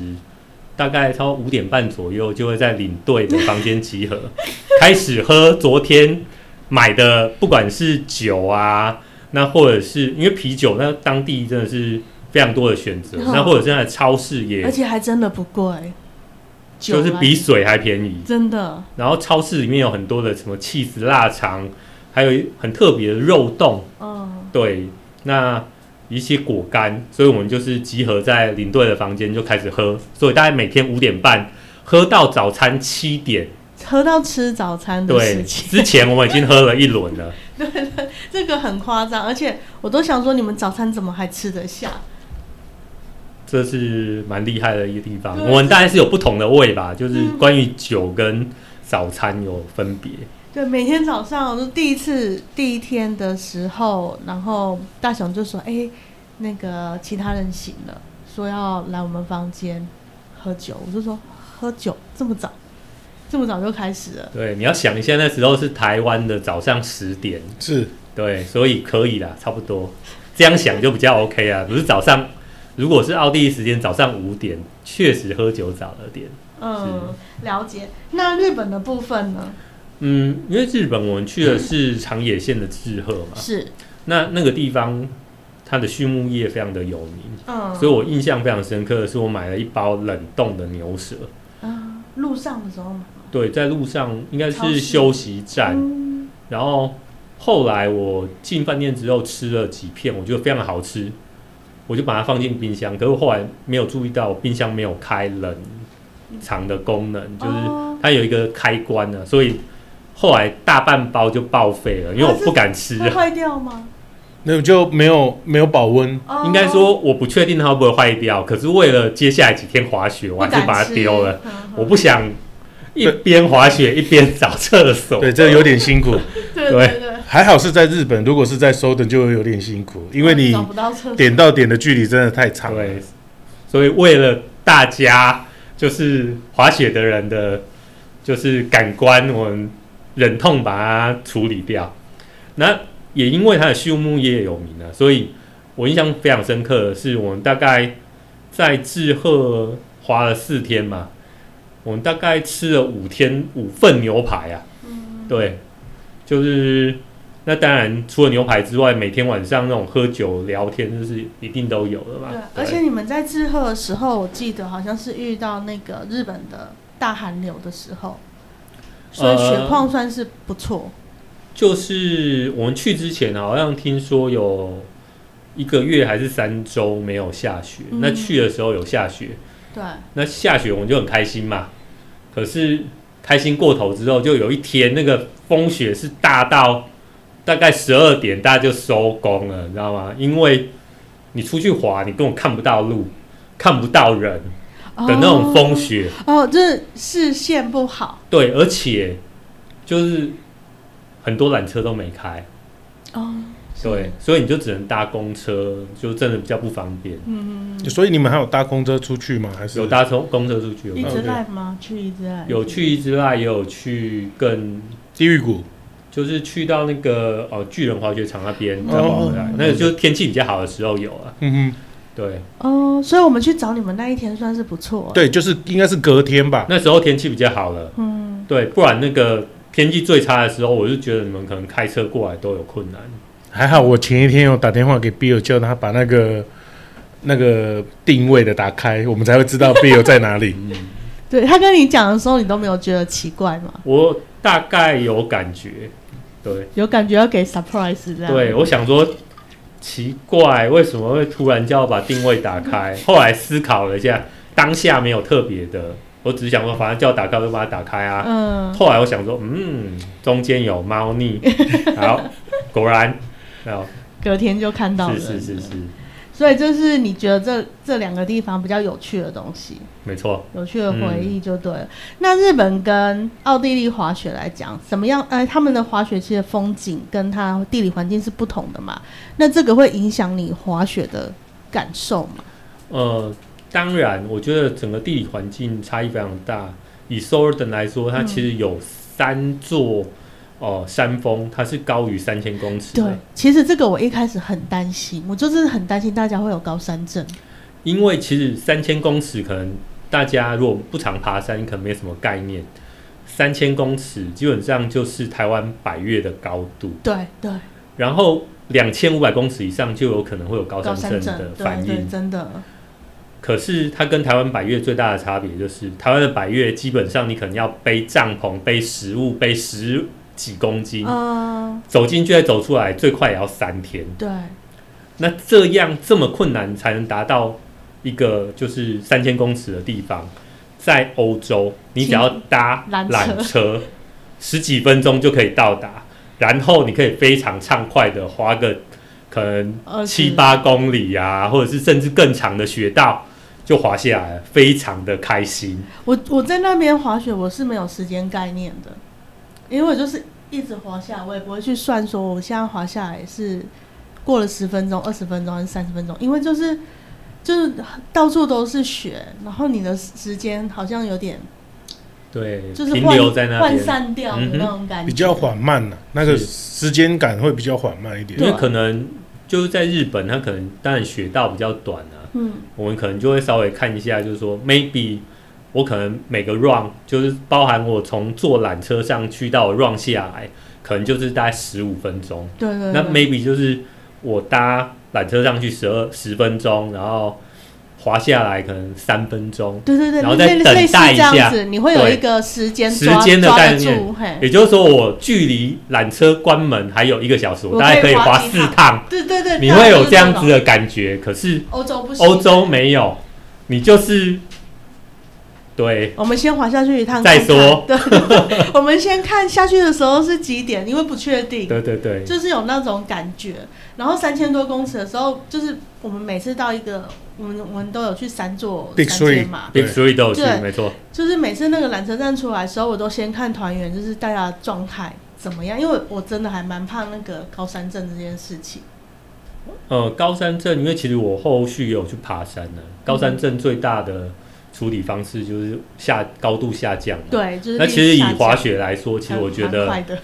大概超五点半左右就会在领队的房间 集合，开始喝昨天买的，不管是酒啊，那或者是因为啤酒，那当地真的是非常多的选择，
嗯
那或者现在超市
而
也
且还真的不贵，酒啊
就是
来
比水还便宜，
真的
然后超市里面有很多的什么 cheese 腊肠，还有很特别的肉冻，
嗯
对，那一些果干，所以我们就是集合在领队的房间就开始喝，所以大概每天五点半喝到早餐七点，
喝到吃早餐的
对，
事情。
之前我们已经喝了一轮了，
这个很夸张，而且我都想说，你们早餐怎么还吃得下？
这是蛮厉害的一个地方。
对
我们大概是有不同的味吧，就是
嗯
关于酒跟早餐有分别，
对，每天早上我就第一次第一天的时候，然后大雄就说：“哎、那个其他人醒了，说要来我们房间喝酒。”我就说：“喝酒这么早，这么早就开始了。
对，你要想一下那时候是台湾的早上十点，
是
对，所以可以啦，差不多，这样想就比较 OK 啊。不是早上，如果是奥地利时间早上五点，确实喝酒早了点。”
嗯，了解。那日本的部分呢？
嗯，因为日本我们去的是长野县的志贺嘛，
是，
那那个地方它的畜牧业非常的有名，
嗯，
啊所以我印象非常深刻的是我买了一包冷冻的牛舌，
啊，路上的时候嘛，
对，在路上应该
超市
是休息站，
嗯
然后后来我进饭店之后吃了几片，我觉得非常好吃，我就把它放进冰箱。可是我后来没有注意到，冰箱没有开冷藏的功能，就是
哦
它有一个开关呢，所以后来大半包就报废了，因为我不敢吃
会。坏掉吗？
那就没有没有保温，
哦
应该说我不确定它会不会坏掉，可是为了接下来几天滑雪，我还是把它丢了。。
不敢吃
我不想一边滑雪一边找厕所。
对，这有点辛苦。
对
对
对对，
还好是在日本，如果是在 s o d e n 就会有点辛苦，因为你
找不到厕所，
点到点的距离真的太长了。
对，所以为了大家，就是滑雪的人的，就是感官，我们忍痛把它处理掉。那也因为它的畜牧业有名啊，所以我印象非常深刻的是，我们大概在志贺滑了四天嘛，我们大概吃了五天五份牛排啊，
嗯，
对，就是那当然除了牛排之外，每天晚上那种喝酒聊天，就是一定都有的嘛。
对，而
对
且你们在志贺的时候，我记得好像是遇到那个日本的大寒流的时候，所以雪况算是不错。
就是我们去之前好像听说有一个月还是三周没有下雪，
嗯
那去的时候有下雪，
对，
那下雪我们就很开心嘛。可是开心过头之后，就有一天那个风雪是大到大概十二点，大家就收工了，你知道吗？因为你出去滑，你根本看不到路，看不到人的那种风雪。
哦，哦就是视线不好
对，而且就是很多缆车都没开，
哦。
对，所以你就只能搭公车，就真的比较不方便。
嗯，嗯，
所以你们还有搭空车出去吗？还是
有搭公公车出去，有
一
搭
直赖吗？去一直赖，
有去伊之濑，也有去更
地狱谷？
就是去到那个呃巨人滑雪场那边再滑回来，
哦
那个就是天气比较好的时候有啊。
嗯
对，
哦，所以我们去找你们那一天算是不错、
哼，，对，就是应该是隔天吧。
那时候天气比较好了，
嗯，
对，不然那个天气最差的时候，我就觉得你们可能开车过来都有困难。
还好我前一天有打电话给 Bill，叫他把那个那个定位的打开，我们才会知道 Bill 在 哪里。
对他跟你讲的时候，你都没有觉得奇怪吗？
我大概有感觉，对
有感觉要给 surprise 这样？
对，，我想说奇怪，为什么会突然叫我把定位打开？后来思考了一下，当下没有特别的，我只是想说，反正叫我打开我就把它打开啊。
嗯，
后来我想说，嗯，中间有 猫腻，好，果然，哦，
隔天就看到了，
是是是是，
所以就是你觉得这这两个地方比较有趣的东西，
没错。
有趣的回忆就对了。那日本跟奥地利滑雪来讲，怎么样？哎，他们的滑雪其实风景跟它地理环境是不同的嘛，那这个会影响你滑雪的感受吗？
呃，当然，我觉得整个地理环境差异非常大。以首尔等来说，它
嗯
其实有三座哦、呃山峰，它是高于三千公尺
对
的。，
其实这个我一开始很担心，我就是很担心大家会有高山症。
因为其实三千公尺可能大家如果不常爬山，可能没什么概念。三千公尺基本上就是台湾百越的高度，
对对，
然后两千五百公尺以上就有可能会有高
高山
山症
症
的，
对
反
对，
应。
真的，
可是它跟台湾百越最大的差别就是，台湾的百越基本上你可能要背帐篷、背食物、背十几公斤，
嗯，
走进去再走出来，最快也要三天。
对，
那这样这么困难才能达到一个就是三千公尺的地方，在欧洲，你只要搭
缆
缆车，十几分钟就可以到达，然后你可以非常畅快的花个可能
二
七
十
八公里啊，或者是甚至更长的雪道就滑下来了，非常的开心。
我我在那边滑雪，我是没有时间概念的，因为我就是一直滑下来，我也不会去算说我现在滑下来是过了十分钟、二十分钟还是三十分钟，因为就是就是到处都是雪，然后你的时间好像有点
对，
就是
停
涣
留在那
涣
边，
散掉的那种感觉，
比较缓慢呐、那个
是
时间感会比较缓慢一点
因。为
对
可能就是在日本，它可能当然雪道比较短啊，
嗯，
我们可能就会稍微看一下，就是说 maybe 我可能每个 run 就是包含我从坐缆车上去到我 run 下来，可能就是大概十五分钟。
对对对，
那 maybe 就是我搭缆车上去十二十分钟，然后滑下来可能三分钟。
对对对，
然后再
类
等
类似
待一
这样
下
子，你会有
对
一个时间
时
抓
间的
抓
概
得
念
住，嘿，
也就是说，我距离缆车关门还有一个小时，
我
我大概
可
可
以
以
滑
滑
几
四
趟
趟，
对对对，
你
大
会
概
有
就是
这样
种
子的感觉。可是
欧洲不行，
欧洲没有，你就是对，
我们先滑下去一趟
再
看看
说。
对， 我们先看下去的时候是几点，因为不确定，
对对对，
就是有那种感觉。然后三千多公尺的时候，就是我们每次到一个，我们我们都有去三座
Big
三千嘛，
Big
对
Three 都有去
对，
没错，
就是每次那个缆车站出来的时候，我都先看团员，就是大家的状态怎么样，因为我真的还蛮怕那个高山症这件事情。
呃，高山症，因为其实我后续也有去爬山
嗯
呢、高山症最大的处理方式就是下高度下降。，
对，就是
那其实以
下降
滑雪来说，其实
还
我觉
蛮快
得
的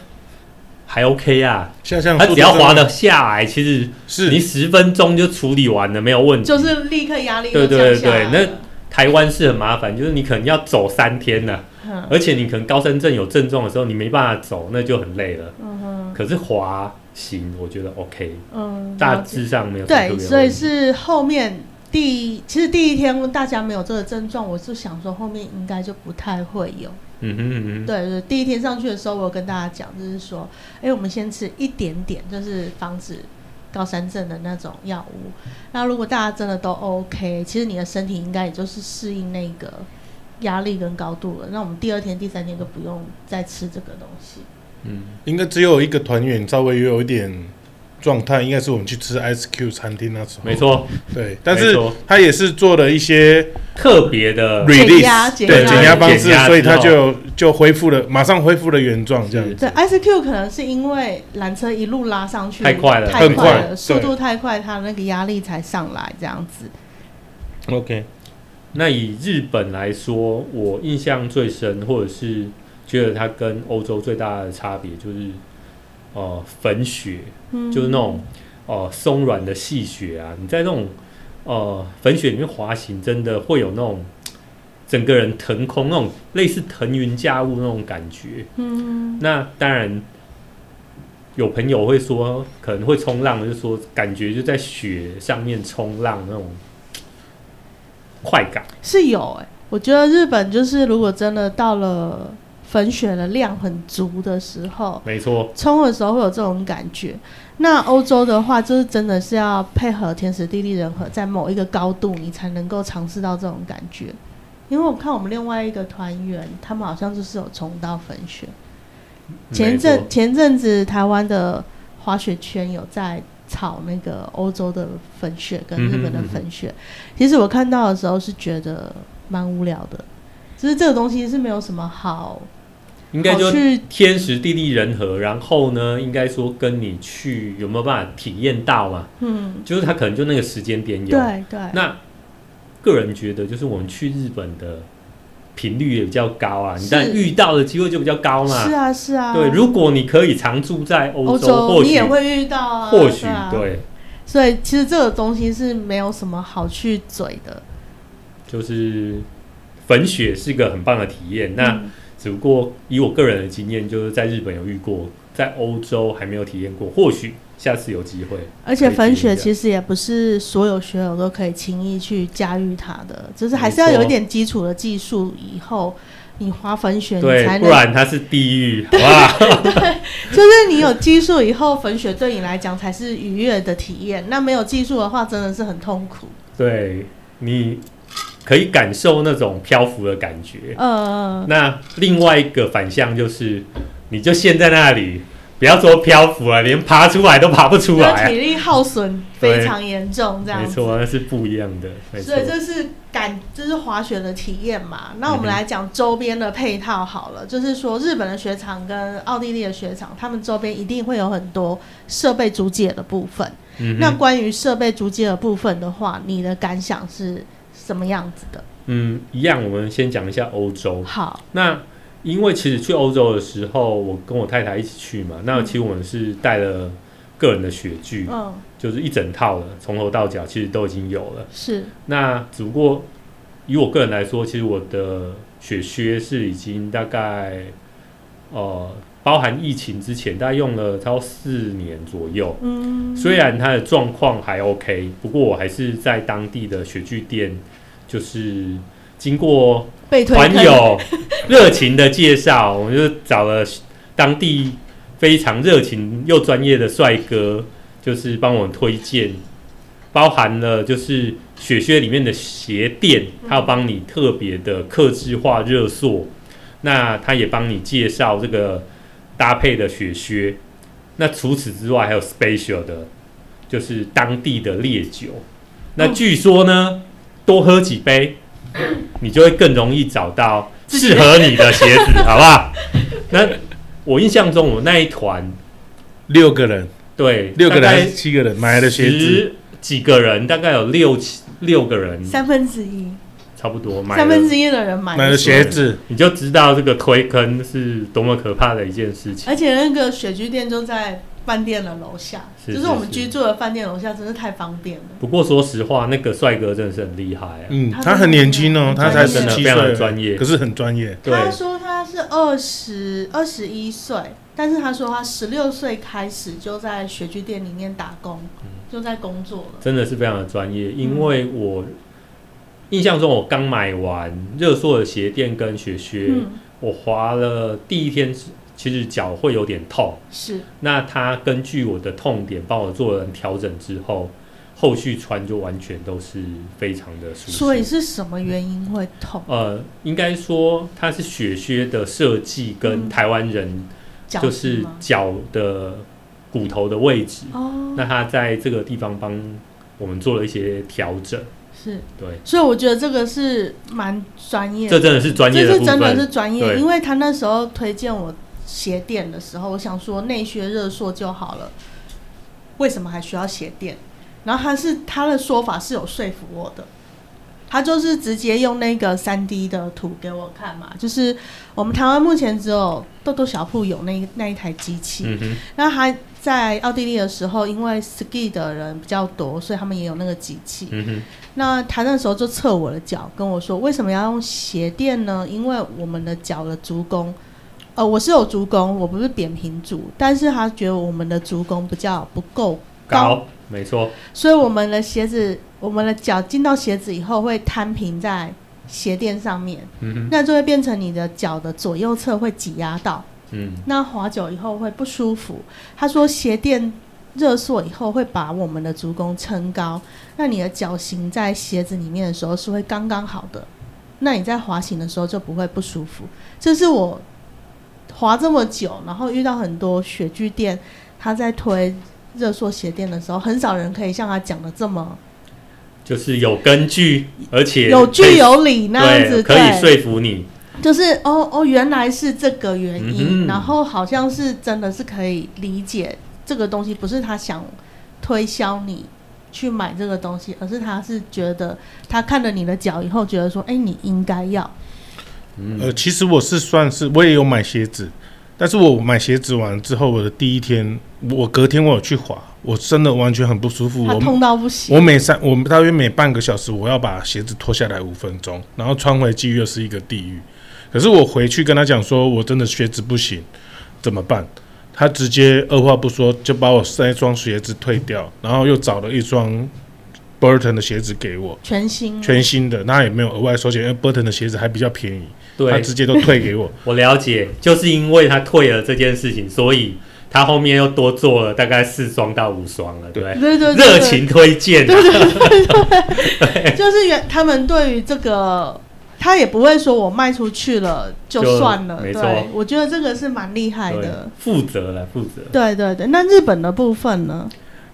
还 OK 啊。
下降
它
速度
只要
真的
滑得下来，其实你
是
十分钟就处理完了，没有问题。
就是立刻压力就
对对
降下来
对对
了
台湾是很麻烦，就是你可能要走三天呢、
嗯
而且你可能高山症有症状的时候，你没办法走，那就很累了。
嗯哼
可是滑行，我觉得 OK，
嗯，
大
了解
致上没有什么特
对，
别的
所以
问题
是后面第一，其实第一天大家没有这个症状，我是想说后面应该就不太会有。
嗯哼嗯哼，
对对，第一天上去的时候，我有跟大家讲，就是说，哎，我们先吃一点点，就是防止高山症的那种药物。那如果大家真的都 OK，其实你的身体应该也就是适应那个压力跟高度了。那我们第二天、第三天就不用再吃这个东西。
嗯。
应该只有一个团员稍微有一点状态，应该是我们去吃 Ice Cube 餐厅那时候。
没错，
对，但
没
是
错
他也是做了一些
特别的
解压
release
解
对
压
减压方
减
式
压，之
所以他
后
就就恢复了，马上恢复了原状这样
是
对，S Q 可能是因为缆车一路拉上去
太快了
太
很
快
快
了，
对
速度太快，它那个压力才上来这样子。
OK。那以日本来说，我印象最深，或者是觉得它跟欧洲最大的差别，就是呃粉雪，
嗯
就是那种呃松软的细雪啊，你在那种呃粉雪里面滑行，真的会有那种整个人腾空那种类似腾云驾雾那种感觉。
嗯，
那当然，有朋友会说，可能会冲浪，就说感觉就在雪上面冲浪那种快感。
是有哎、我觉得日本就是如果真的到了粉雪的量很足的时候，
没错，
冲的时候会有这种感觉。那欧洲的话，就是真的是要配合天时地利人和，在某一个高度，你才能够尝试到这种感觉。因为我看我们另外一个团员，他们好像就是有冲到粉雪。前
没
阵
错，
前阵子台湾的滑雪圈有在炒那个欧洲的粉雪
嗯
跟日本的粉雪，其实我看到的时候是觉得蛮无聊的，就是这个东西是没有什么好
应该
好
就
去
天时地利人和，然后呢，应该说跟你去有没有办法体验到嘛？
嗯，
就是他可能就那个时间点有。
对对，
那个人觉得，就是我们去日本的频率也比较高啊，你
是
但遇到的机会就比较高嘛。
是啊是啊，
对，如果你可以常住在欧
欧
洲，或
你
许
也会遇到啊，
或许
啊，
对，
所以其实这个东西是没有什么好去嘴的，
就是粉雪是一个很棒的体验。那
嗯
只不过以我个人的经验，就是在日本有遇过，在欧洲还没有体验过，或许下次有机会。
而且粉
可以
雪
体验
其实也不是所有学友都可以轻易去驾驭它的，就是还是要有一点基础的技术，以后你滑粉雪
一下
你才
对，不
能，
然它是地 狱，好不好？
就是你有技术以后，粉雪对你来讲才是愉悦的体验。那没有技术的话，真的是很痛苦。
对，你可以感受那种漂浮的感觉。
呃，
那另外一个反向就是，你就陷在那里，不要说漂浮啊，连爬出来都爬不出来、
那
啊
体。力耗损非常严重，这样
没
子。
错，那是不一样的。没错
所以，这是感，这是滑雪的体验嘛。那我们
嗯哼
来讲周边的配套好
嗯
了，就是说日本的雪场跟奥地利的雪场，他们周边一定会有很多设备租借的部分。
嗯哼
那关于设备租借的部分的话，你的感想是什么样子的？
嗯，一样，我们先讲一下欧洲。
好，
那因为其实去欧洲的时候，我跟我太太一起去嘛，那其实我们是带了个人的雪具，
嗯，
就是一整套的，从头到脚其实都已经有了。
是，
那只不过以我个人来说，其实我的雪靴是已经大概呃包含疫情之前，大概用了超四年左右。
嗯，
虽然它的状况还 OK，不过我还是在当地的雪具店，就是经过
被推
团
坑
友热情的介绍，我们就找了当地非常热情又专业的帅哥，就是帮我推荐，包含了就是雪靴里面的鞋垫，他有帮你特别的刻制化热塑，那他也帮你介绍这个搭配的雪靴。那除此之外，还有 special 的，就是当地的烈酒。那
嗯
据说呢，多喝几杯，你就会更容易找到适合你的鞋 子，好不好？那我印象中，我那一团
六个人，
对
六个人
大概
还是七个人买的鞋子，
十几个人，大概有六七六个人，
三分之一，
差不多买
三分
了，
之一的人买
买
的
的鞋子，
你就知道这个推坑是多么可怕的一件事情。
而且那个雪具店就在饭店的楼下，
是
就是是我们
是
居住的饭店楼下，真是太方便了。
不过说实话，那个帅哥真的是很厉害啊，
嗯，
他
他很年轻
很
哦，他
专业
才十
真的
七
非常的
岁，
专业
可。是很专业。
对
他说他是二十二十一岁，但是他说他十六岁开始就在雪具店里面打工，
嗯
就在工作了。
真的是非常的专
嗯
业，因为我印象中我刚买完热缩的鞋垫跟雪靴，
嗯，
我滑了第一天，其实脚会有点痛。
是
那他根据我的痛点帮我做了调整之后，后续穿就完全都是非常的舒适。
所以是什么原因会痛？
呃，应该说它是雪靴的设计
嗯
跟台湾人
脚
就
底
是
吗？
脚的骨头的位置，
哦，
那他在这个地方帮我们做了一些调整，
是，
对。
所以我觉得这个是蛮专业
这
的，
真的是专业
这
的
是
部
真的
分，
是专业，
对
因为他那时候推荐我鞋垫的时候，我想说内靴热缩就好了，为什么还需要鞋垫？然后他是他的说法是有说服我的，他就是直接用那个三 D 的图给我看嘛，就是我们台湾目前只有豆豆小铺有那那一台机器，
嗯哼，
那他在奥地利的时候，因为 ski 的人比较多，所以他们也有那个机器。
嗯哼，
那他那时候就测我的脚，跟我说为什么要用鞋垫呢？因为我们的脚的足弓，呃，我是有足弓，我不是扁平足，但是他觉得我们的足弓比较不够高，
高，没错，
所以我们的鞋子，我们的脚进到鞋子以后会摊平在鞋垫上面，
嗯哼，
那就会变成你的脚的左右侧会挤压到。
嗯，
那滑久以后会不舒服。他说鞋垫热缩以后会把我们的足弓撑高，那你的脚型在鞋子里面的时候是会刚刚好的，那你在滑行的时候就不会不舒服。这是我滑这么久，然后遇到很多雪具店，他在推热缩鞋垫的时候，很少人可以像他讲的这么
就是有根据，而且
有
可
据
以
有理那样子，
对，可以说服你，
就是哦哦，原来是这个原因，
嗯哼
然后好像是真的是可以理解这个东西，不是他想推销你去买这个东西，而是他是觉得他看了你的脚以后，觉得说，哎，你应该要，
嗯
呃，其实我是算是我也有买鞋子，但是我买鞋子完之后，我的第一天，我隔天我有去滑，我真的完全很不舒服，
他
我
痛到不行。
我每三，我大约每半个小时，我要把鞋子脱下来五分钟，然后穿回去又是一个地狱。可是我回去跟他讲说，我真的鞋子不行，怎么办？他直接二话不说就把我那双鞋子退掉，然后又找了一双 Burton 的鞋子给我，
全
嗯
新
全新的，那也没有额外收钱，因为 Burton 的鞋子还比较便宜，他
对，
直接都退 给我。
我了解，就是因为他退了这件事情，所以他后面又多做了大概四双到五双了，对不
对
对，
对对对
热情推荐啊，
就是原他们对于这个，他也不会说我卖出去了就
就
算了。
没
对
错，
我觉得这个是蛮厉害
对
的。，
负责了，负责。
对对对，那日本的部分呢？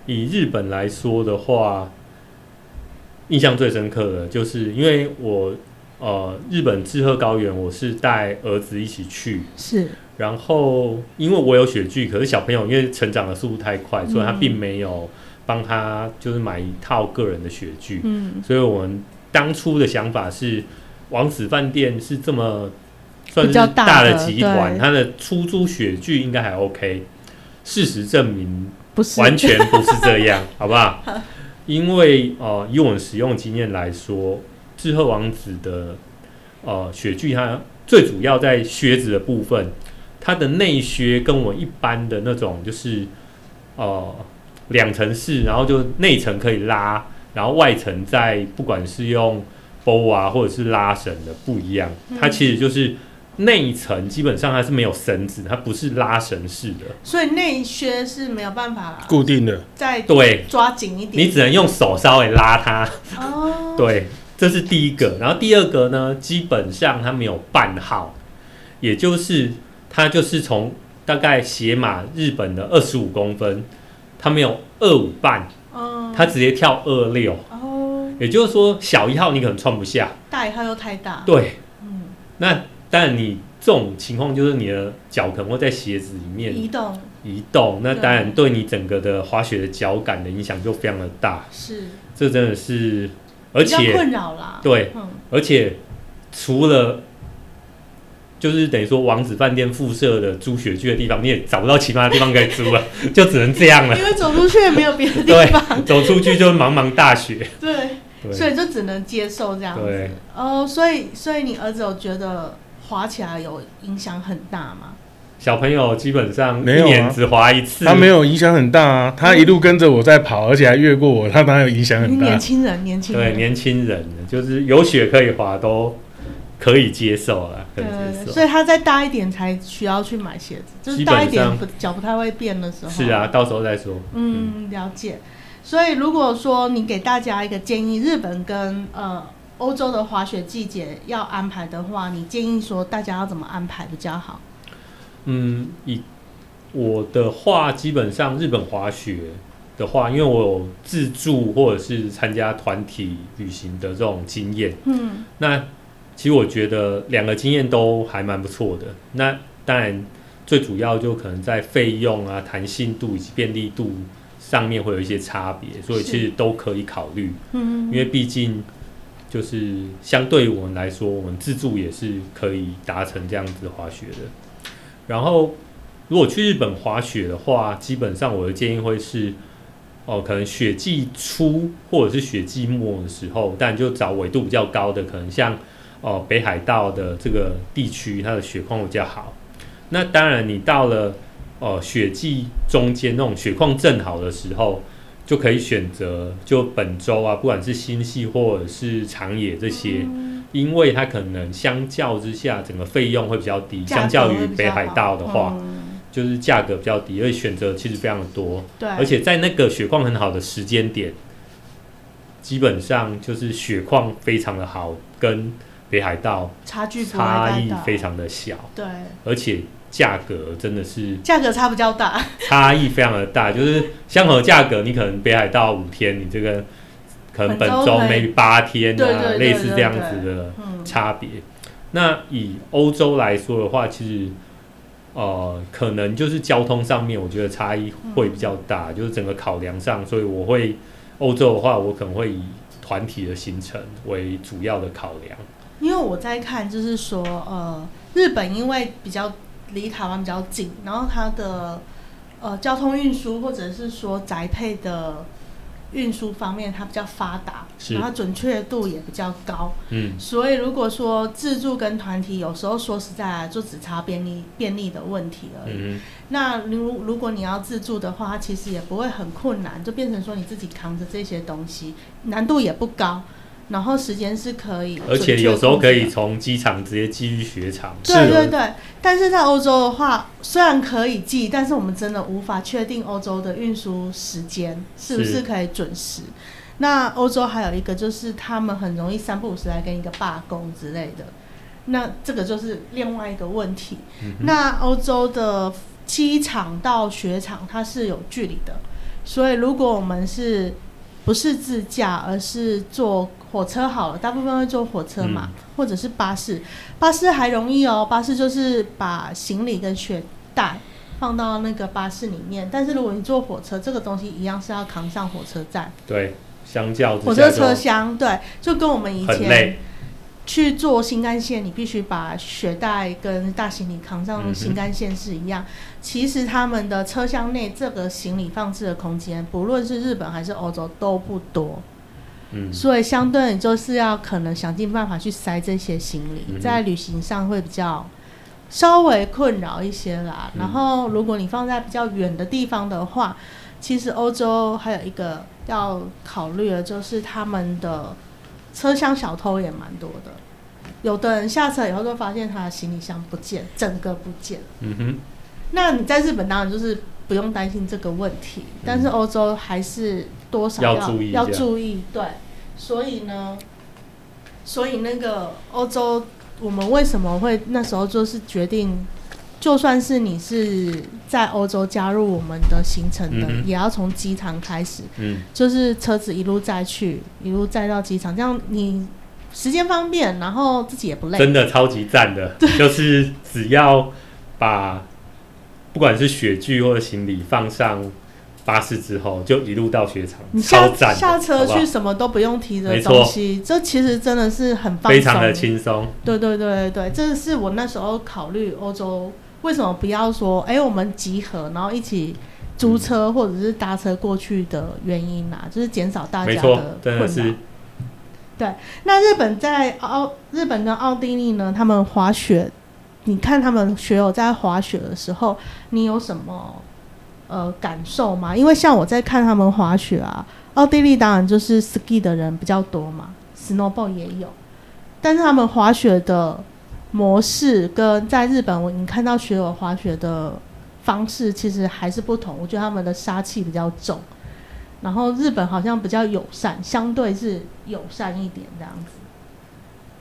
以日本来说的话，印象最深刻的就是因为我呃，日本志贺高原，我是带儿子一起去，
是
然后因为我有雪具，可是小朋友因为成长的速度太快，所以他
嗯
并没有帮他就是买一套个人的雪具，
嗯，
所以我们当初的想法是，王子饭店是这么算
比
是
较大
大的
的
集
对
团，它的出租雪具应该还 OK。事实证明，
不是
完全不是这样，好不好？因为呃，以我们使用经验来说，志贺王子的呃雪具，它最主要在靴子的部分，它的内靴跟我一般的那种就是呃两层式，然后就内层可以拉，然后外层在不管是用包啊或者是拉绳的不一样，它
嗯
其实就是内层基本上它是没有绳子，它不是拉绳式的，
所以内靴是没有办法
固定的，
再
对。
抓紧一
你
点。
只能用手稍微拉它。
哦，
对，这是第一个。然后第二个呢，基本上它没有半号，也就是它就是从大概鞋码日本的二十五公分，它没有二五半，
嗯，
它直接跳二六。
哦，
也就是说，小一号你可能穿不下。
大一号又太大。，
对，
嗯，
那但你这种情况就是你的脚可能会在鞋子里面
移动
移动，那
对
当然对你整个的滑雪的脚感的影响就非常的大。
是，
这真的是，而
比较
且
困扰啦。
对
嗯，
而且除了就是等于说王子饭店附设的租雪具的地方，你也找不到其他的地方可以租了，啊 就只能这样 了。
因为走出去也没有别的地
对
方，，
走出去就是茫茫大雪。
对，所
对，
以就只能接受这样子
对。
哦，所以所以你儿子有觉得滑起来有影响很大吗？
小朋友基本上
没
一
有啊
年只滑一次，
他没有影响很大啊，他一路跟着我在 跑，而且还越过我，他哪有影响
你
很
年
大？
轻人，年轻
对
人。
年轻人就是有雪可以滑都可以接受啊，可以
对，
接
所
受。
以他再大一点才需要去买鞋子，就是
基
大
本
一点
上
不脚不太会变的时候。
是啊，到时候再说。
嗯，了解。所以如果说你给大家一个建议，日本跟呃欧洲的滑雪季节要安排的话，你建议说大家要怎么安排比较好？
嗯，以我的话，基本上日本滑雪的话，因为我有自助或者是参加团体旅行的这种经验，
嗯，
那其实我觉得两个经验都还蛮不错的。那当然，最主要就可能在费用啊、弹性度以及便利度上面会有一些差别，所以
是
其实都可以考虑。
嗯
因为毕竟就是相对于我们来说，我们自助也是可以达成这样子滑雪的。然后，如果去日本滑雪的话，基本上我的建议会是，哦，可能雪季初或者是雪季末的时候，但就找纬度比较高的，可能像哦北海道的这个地区，它的雪况比较好。那当然，你到了哦雪季中间那种雪况正好的时候，就可以选择就本州啊，不管是新系或者是长野这些，
嗯
因为它可能相较之下整个费用会比较低，
价
相
格
较于
会比
北
较
海
好
道的话，
嗯
就是价格比较低，而且选择其实非常的多，
对，
而且在那个雪况很好的时间点，基本上就是雪况非常的好，跟北海道
差距不会
差
太
异
大
非常的小，
对，
而且价格真的是
价格差比较大，
差异非常的大，就是相同的价格，你可能北海道五天，你这个可能
本
本
周
周
可以
maybe 八天啊，
对对对
类似这样
对
子的
嗯，
差别。那以欧洲来说的话，其实呃，可能就是交通上面，我觉得差异会比较大，就是整个考量上，所以我会欧洲的话，我可能会以团体的行程为主要的考量。
因为我在看，就是说，呃，日本因为比较离台湾比较近，然后它的呃交通运输或者是说宅配的运输方面，它比较发达，
是
然后准确度也比较高，
嗯，
所以如果说自助跟团体，有时候说实在啊，就只差便利便利的问题而已。
嗯
那如如果你要自助的话，它其实也不会很困难，就变成说你自己扛着这些东西，难度也不高，然后时间是可以，
哼，而且有时候可
啊
以。从机场直接寄去雪场。
对对对，但是在欧洲的话，虽然可以寄，但是我们真的无法确定欧洲的运输时间是不
是
是可以准时。那欧洲还有一个就是他们很容易三不五时来给你一个罢工之类的，那这个就是另外一个问题。
嗯哼
那欧洲的机场到雪场它是有距离的，所以如果我们是不是自驾，而是坐火车好了，大部分会坐火车嘛，
嗯
或者是巴士。巴士还容易哦，巴士就是把行李跟雪袋放到那个巴士里面。但是如果你坐火车，这个东西一样是要扛上火车站、
对，相较之
火
下
车
就
车厢，对，就跟我们以
很
前
累。
去坐新干线，你必须把雪袋跟大行李扛
嗯哼
上新干线是一样。其实他们的车厢内这个行李放置的空间，不论是日本还是欧洲都不多，
嗯，
所以相对你就是要可能想尽办法去塞这些行
嗯
李，
哼
在旅行上会比较稍微困扰一些啦。
嗯
然后如果你放在比较远的地方的话，其实欧洲还有一个要考虑的就是他们的车厢小偷也蛮多的。有的人下车以后就发现他的行李箱不见，整个不见。
嗯哼，
那你在日本当然就是不用担心这个问题，但是欧洲还是多少
要注意一下
要注意，对。所以呢，所以那个欧洲，我们为什么会那时候就是决定，就算是你是在欧洲加入我们的行程的，
嗯哼
也要从机场开始，
嗯，
就是车子一路载去，一路载到机场，这样你时间方便，然后自己也不累。
真的超级赞的，就是只要把不管是雪具或者行李放上巴士之后，就一路到雪场，
你
超
下
赞的，
下车
好不好
去什么都不用提
没
着
错
东西，这其实真的是很放松，
非常的轻松，
对对对对对，这是我那时候考虑欧洲为什么不要说，哎、我们集合，然后一起租车或者是搭车过去的原因啦、就是减少大
没
家
错
的，
真
困
的
扰
是。
那日本在奥日本跟奥地利呢，他们滑雪，你看他们学友在滑雪的时候，你有什么呃感受吗？因为像我在看他们滑雪啊，奥地利当然就是 ski 的人比较多嘛，snowboard 也有，但是他们滑雪的模式跟在日本我你看到学友滑雪的方式其实还是不同，我觉得他们的杀气比较重。然后日本好像比较友善，相对是友善一点这样子。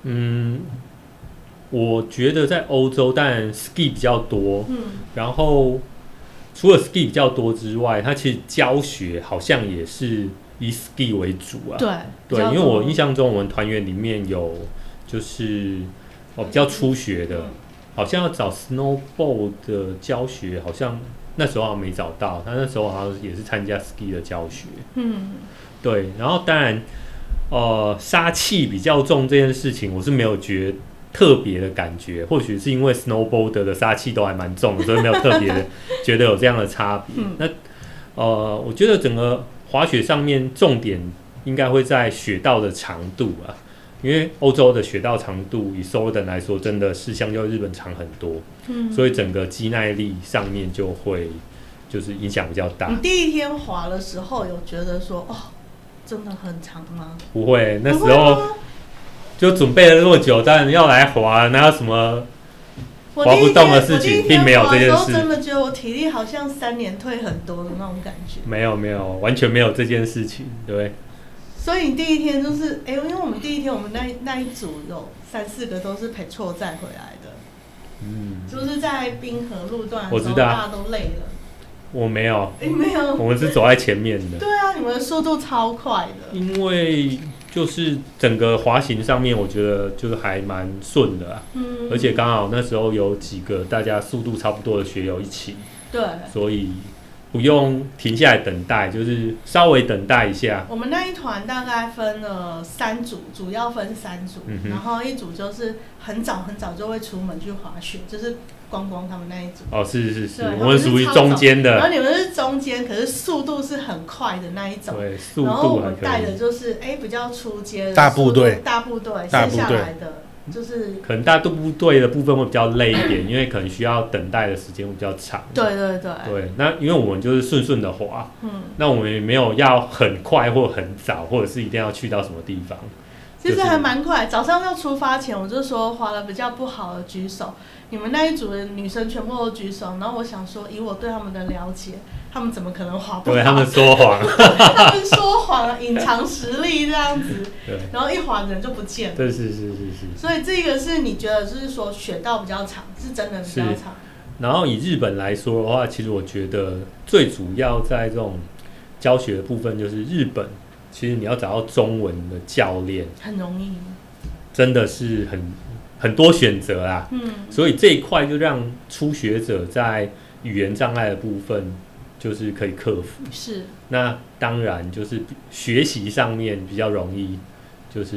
嗯，我觉得在欧洲，当然 ski 比较多，
嗯，
然后除了 ski 比较多之外，它其实教学好像也是以 ski 为主啊，
对，
对，因为我印
象
象中我们团员里面有就是哦比较初学的，
嗯
好像要找 snowboard 的教学，好像那时候好像没找到，他那时候好像也是参加 ski 的教学，
嗯
对，然后当然呃杀气比较重这件事情，我是没有觉特别的感觉。或许是因为 snowboarder 的杀气都还蛮重的，所以没有特别的觉得有这样的差别。
嗯
那呃，我觉得整个滑雪上面重点应该会在雪道的长度啊，因为欧洲的雪道长度以 s o l d e n 来说，真的是相较日本长很多，
嗯，
所以整个肌耐力上面就会就是影响比较大。
你第一天滑的时候有觉得说哦，真的很长吗？
不会，那时
不会啊
候
吗
就准备了那么久，当然要来滑，哪有什么？
我
滑
第一
不动
天
的事
我第一
情
天
并没有
滑
这
的
件
时候
事
真的觉得我体力好像三年退很多的那种感觉。
没有没有，完全没有这件事情，对。
所以你第一天就是，哎、因为我们第一天我们那一那一组有三四个都是陪错载回来的，
嗯，
就是在滨河路段的
我
时
知
候，
道
大家都累了。
我没有，
哎、没有，
我们是走在前面的，
对啊，你们的速度超快的，
因为就是整个滑行上面，我觉得就是还蛮顺的、啊，
嗯，
而且刚好那时候有几个大家速度差不多的学友一起，
对，
所以不用停下来等待，就是稍微等待一下。
我们那一团大概分了三组，主要分三组，
嗯哼
然后一组就是很早很早就会出门去滑雪，就是光光他们那一组。
哦，是是是
对，
我们属于中间
然后
的，
你们是中间，可是速度是很快的那一种。
对，速
然后
度
我
还
们
可
带
以
的。就是哎、比较出街的
大部队
速度大部队
大
剩
部队
下来的就是
可能大家都不对的部分会比较累一点，因为可能需要等待的时间会比较长。
对对对，
对，那因为我们就是顺顺的滑，
嗯，
那我们也没有要很快或很早，或者是一定要去到什么地方。
其实
就是
还蛮快。早上要出发前，我就说滑的比较不好的举手，你们那一组的女生全部都举手，然后我想说，以我对他们的了解，他们怎么可能滑不好？
对他们说 谎，
他们说谎了，隐藏实力这样子，
对，
然后一滑人就不见了。
对是是是是。
所以这个是你觉得就是说雪道比较长，是真的比较
是
长，
然后以日本来说的话，其实我觉得最主要在这种教学的部分，就是日本其实你要找到中文的教练，
很容易。
真的是很很多选择啦。
嗯，
所以这一块就让初学者在语言障碍的部分就是可以克服。
是。
那当然就是学习上面比较容易，就是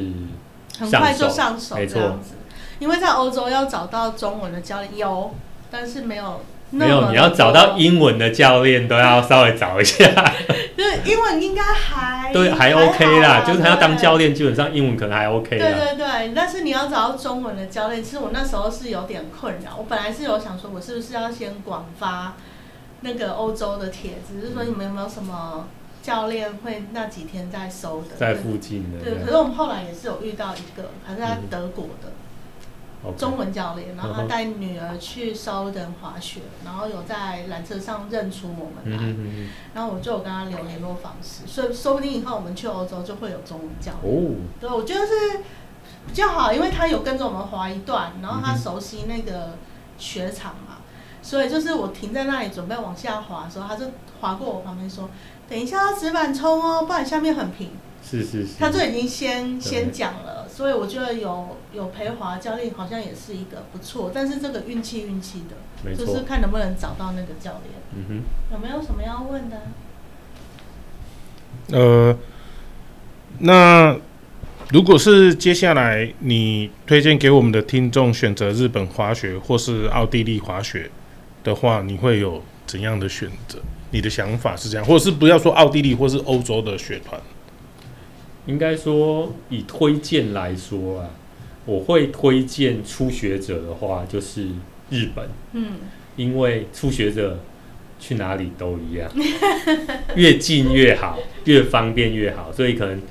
很快就上手
没错
这样子。因为在欧洲要找到中文的教练有，但是没有那
没
么
有你要找到，英文的教练都要稍微找一下，
就是英文应该 还
对，还
哎好
OK 啦，
啦，
就是他要当教
练。
练，基本上英文可能还 OK
对
啦。
对对，但是你要找到中文的教练，其实我那时候是有点困扰。我本来是有想说，我是不是要先广发那个欧洲的帖子，就是说你们有没有什么教练会那几天在收的？
在附近的
对，
这
可
样
是我们后来也是有遇到一个，还是他
嗯
德国的，
，OK，
中文教练，然后他
嗯哼
带女儿去烧灯滑雪，然后有在缆车上认出我们
嗯
来，
哼嗯
然后我就有跟他留联络方式，所以说不定以后我们去欧洲就会有中文教
哼，
练。
哦，
对，我觉得是比较好，因为他有跟着我们滑一段，然后他
嗯哼
熟悉那个雪场嘛，所以就是我停在那里准备往下滑的时候，他就滑过我旁边说：“等一下要直板冲哦，不然下面很平。”
是是是，
他就已经先
对
先讲了，所以我觉得有有陪华教练好像也是一个不错，但是这个运气运气的，
没
就
错
是，看能不能找到那个教练。
嗯哼。
有没有什么要问的？啊
呃，那如果是接下来你推荐给我们的听众选择日本滑雪或是奥地利滑雪的话，你会有怎样的选择？你的想法是这样，或者是不要说奥地利或是欧洲的雪团，
应该说，以推荐来说啊，我会推荐初学者的话，就是日本，
嗯，
因为初学者去哪里都一样，越近越好，越方便越好，所以可能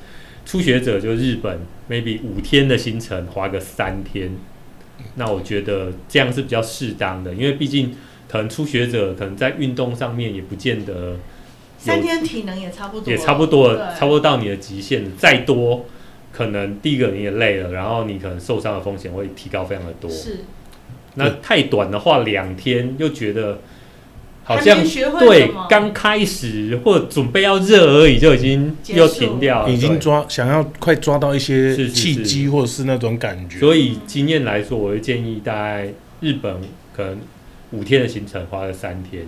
初学者就日本，maybe 五天的行程花个三天，那我觉得这样是比较适当的，因为毕竟可能初学者可能在运动上面也不见得
三天体能也差不多，
也差不多了，
对
差不多到你的极限了，再多可能第一个你也累了，然后你可能受伤的风险会提高非常的多。
是，
那太短的话，两天又觉得好像
还没学会什
对
么
刚开始或准备要热而已，就已经
结束
又停掉了，
已经
啊对
抓想要快抓到一
是
些
是
契
是
机或者是那种感觉。
所以经验来说，我会建议大概日本可能五天的行程花了三天，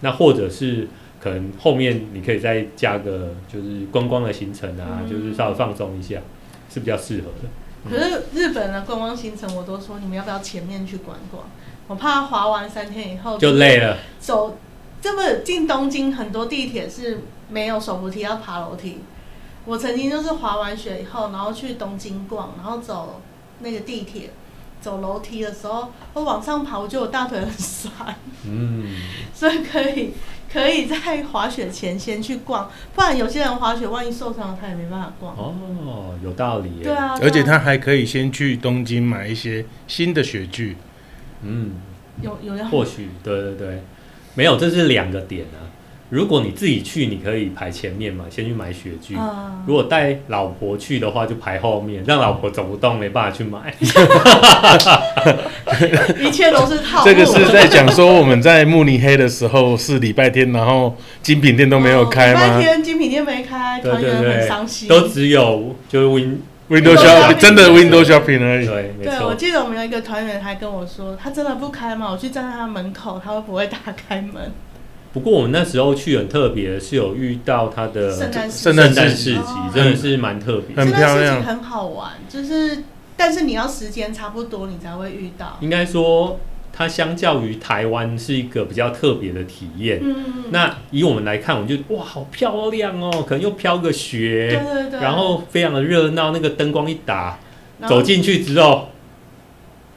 那或者是可能后面你可以再加个就是观光的行程啊，
嗯
就是稍微放松一下，是比较适合的。
可是日本的观光行程，我都说你们要不要前面去逛逛？我怕滑完三天以后
就累了，
走，这么进东京很多地铁是没有手扶梯，要爬楼梯。我曾经就是滑完雪以后，然后去东京逛，然后走那个地铁，走楼梯的时候，我往上爬，我觉得我大腿很酸，
嗯，
所以可以 可以在滑雪前先去逛，不然有些人滑雪万一受伤了，他也没办法逛。
哦，有道理耶，
对，啊，
而且
对啊
他还可以先去东京买一些新的雪具，
嗯，
有有要
或许对对对，没有，这是两个点啊。如果你自己去，你可以排前面嘛，先去买雪具。
啊
如果带老婆去的话，就排后面，让老婆走不动，没办法去买。
一切都是套路。
这个是在讲说我们在慕尼黑的时候是礼拜天，然后精品店都没有开
哦礼拜
吗
天精品店没开，
对
团
对
员很
对
伤，心。
都只有就是 Win
？Window
shopping
shopping 真的 Window shopping 而已。
对，没
对，啊我
错，
记得我们有一个团员还跟我说，他真的不开吗？我去站在他门口，他会不会打开门？
不过我们那时候去很特别，是有遇到他的
圣诞市
圣
圣
诞
诞
市
市集
哦，
真的是蛮特别的。
很
这段
漂
事
亮
情很好玩，就是但是你要时间差不多，你才会遇到。
应该说，它相较于台湾是一个比较特别的体验。
嗯，
那以我们来看，我们就哇，好漂亮哦，可能又飘个雪，
对对对，
然后非常的热闹，那个灯光一打，
然后
走进去之后，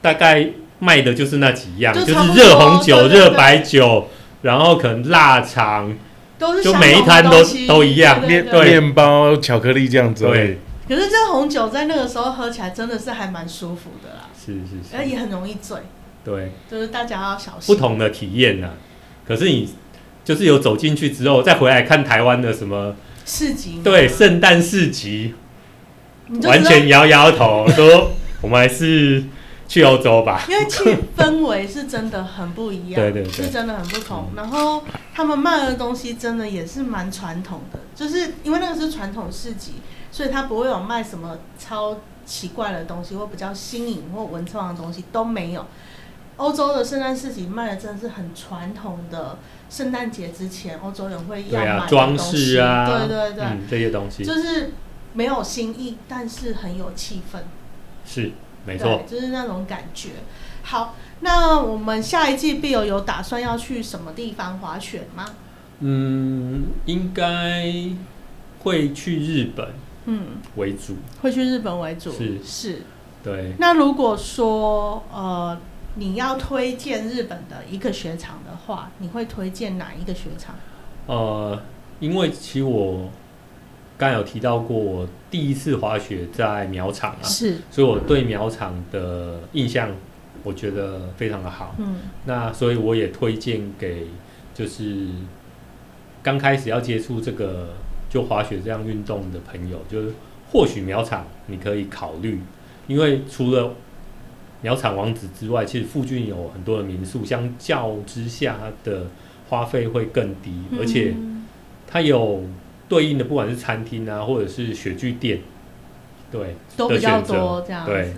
大概卖的就是那几样，
就
就
差不多
是热红酒、
对对对
热白酒，然后可能腊肠，
都是
就
相
每一
同的
摊都
东西
都一样
对
面
对对。
面包、巧克力这样子而已
对。
可是这红酒在那个时候喝起来真的是还蛮舒服的啦，
是
而
是是，
也很容易醉，
对，
就是大家要小
不
心。
同的体验啊。可是你就是有走进去之后，再回来看台湾的什么
市集嘛
对圣诞市集，
嗯你就知道
完全摇摇头说我们还是去欧洲吧。
因为气氛围是真的很不一样，
对对对嗯
是真的很不同。然后他们卖的东西真的也是蛮传统的，就是因为那个是传统市集，所以他不会有卖什么超奇怪的东西或比较新颖或文创的东西都没有。欧洲的圣诞市集卖的真的是很传统的，圣诞节之前欧洲人会要
对
买的
啊，
东西
装饰啊，
对对对，
嗯，这些东西
就是没有新意，但是很有气氛。
是没
对，
错。
就是那种感觉。好，那我们下一季必有有打算要去什么地方滑雪吗？
嗯，应该会去日本
嗯，
为主。
会去日本为主。
是
是。
对，
那如果说呃，你要推荐日本的一个雪场的话，你会推荐哪一个雪场？
呃，因为其实我刚有提到过，我第一次滑雪在苗场啊，
是，
所以我对苗场的印象，我觉得非常的好。
嗯
那所以我也推荐给就是刚开始要接触这个就滑雪这样运动的朋友，就是或许苗场你可以考虑，因为除了苗场王子之外，其实附近有很多的民宿，相较之下它的花费会更低，而且
嗯
它有对应的不管是餐厅啊，或者是雪具店，对，
都比
的
较
选择
多这样子
对。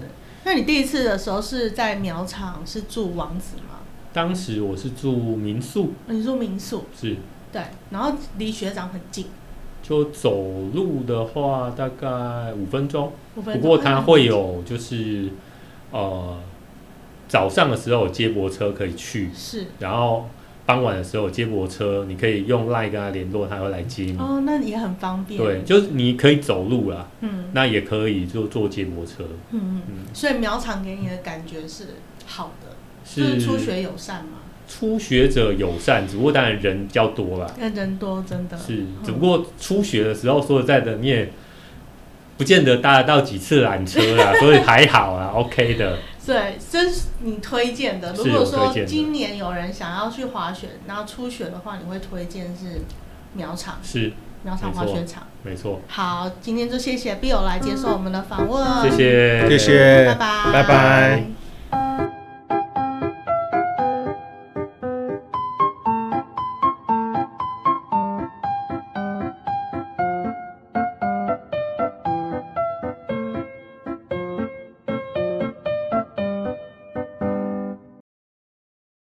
那你第一次的时候是在苗场是住王子吗？哦
当时我是住民宿，
你住民宿，
是
对，然后离雪场很近，
就走路的话，大概五分钟。
五分钟
不过它
嗯
会有就是呃早上的时候有接驳车可以去，
是
然后傍晚的时候有接驳车，你可以用 LINE 跟他联络，他会来接你。
哦，那也很方便。
嗯对，，就是你可以走路啦，
嗯
那也可以就坐接驳车。
嗯，
嗯，
所以苗场给你的感觉是好的，就是是初学友善嘛，
初学者友善，只不过当然人比较多啦。
那人多真的
是
嗯，
只不过初学的时候，说实在的，你也不见得搭得到几次缆车啦，所以还好啊，OK 的。
对，这是你推荐的。
是
如果
我
说
推荐的
今年有人想要去滑雪，然后初学的话，你会推荐是苗场
是，
苗场滑雪场。
没错，
好，今天就谢谢 Bill 来接受我们的访问，
谢，谢，
谢谢，
拜拜，
拜拜。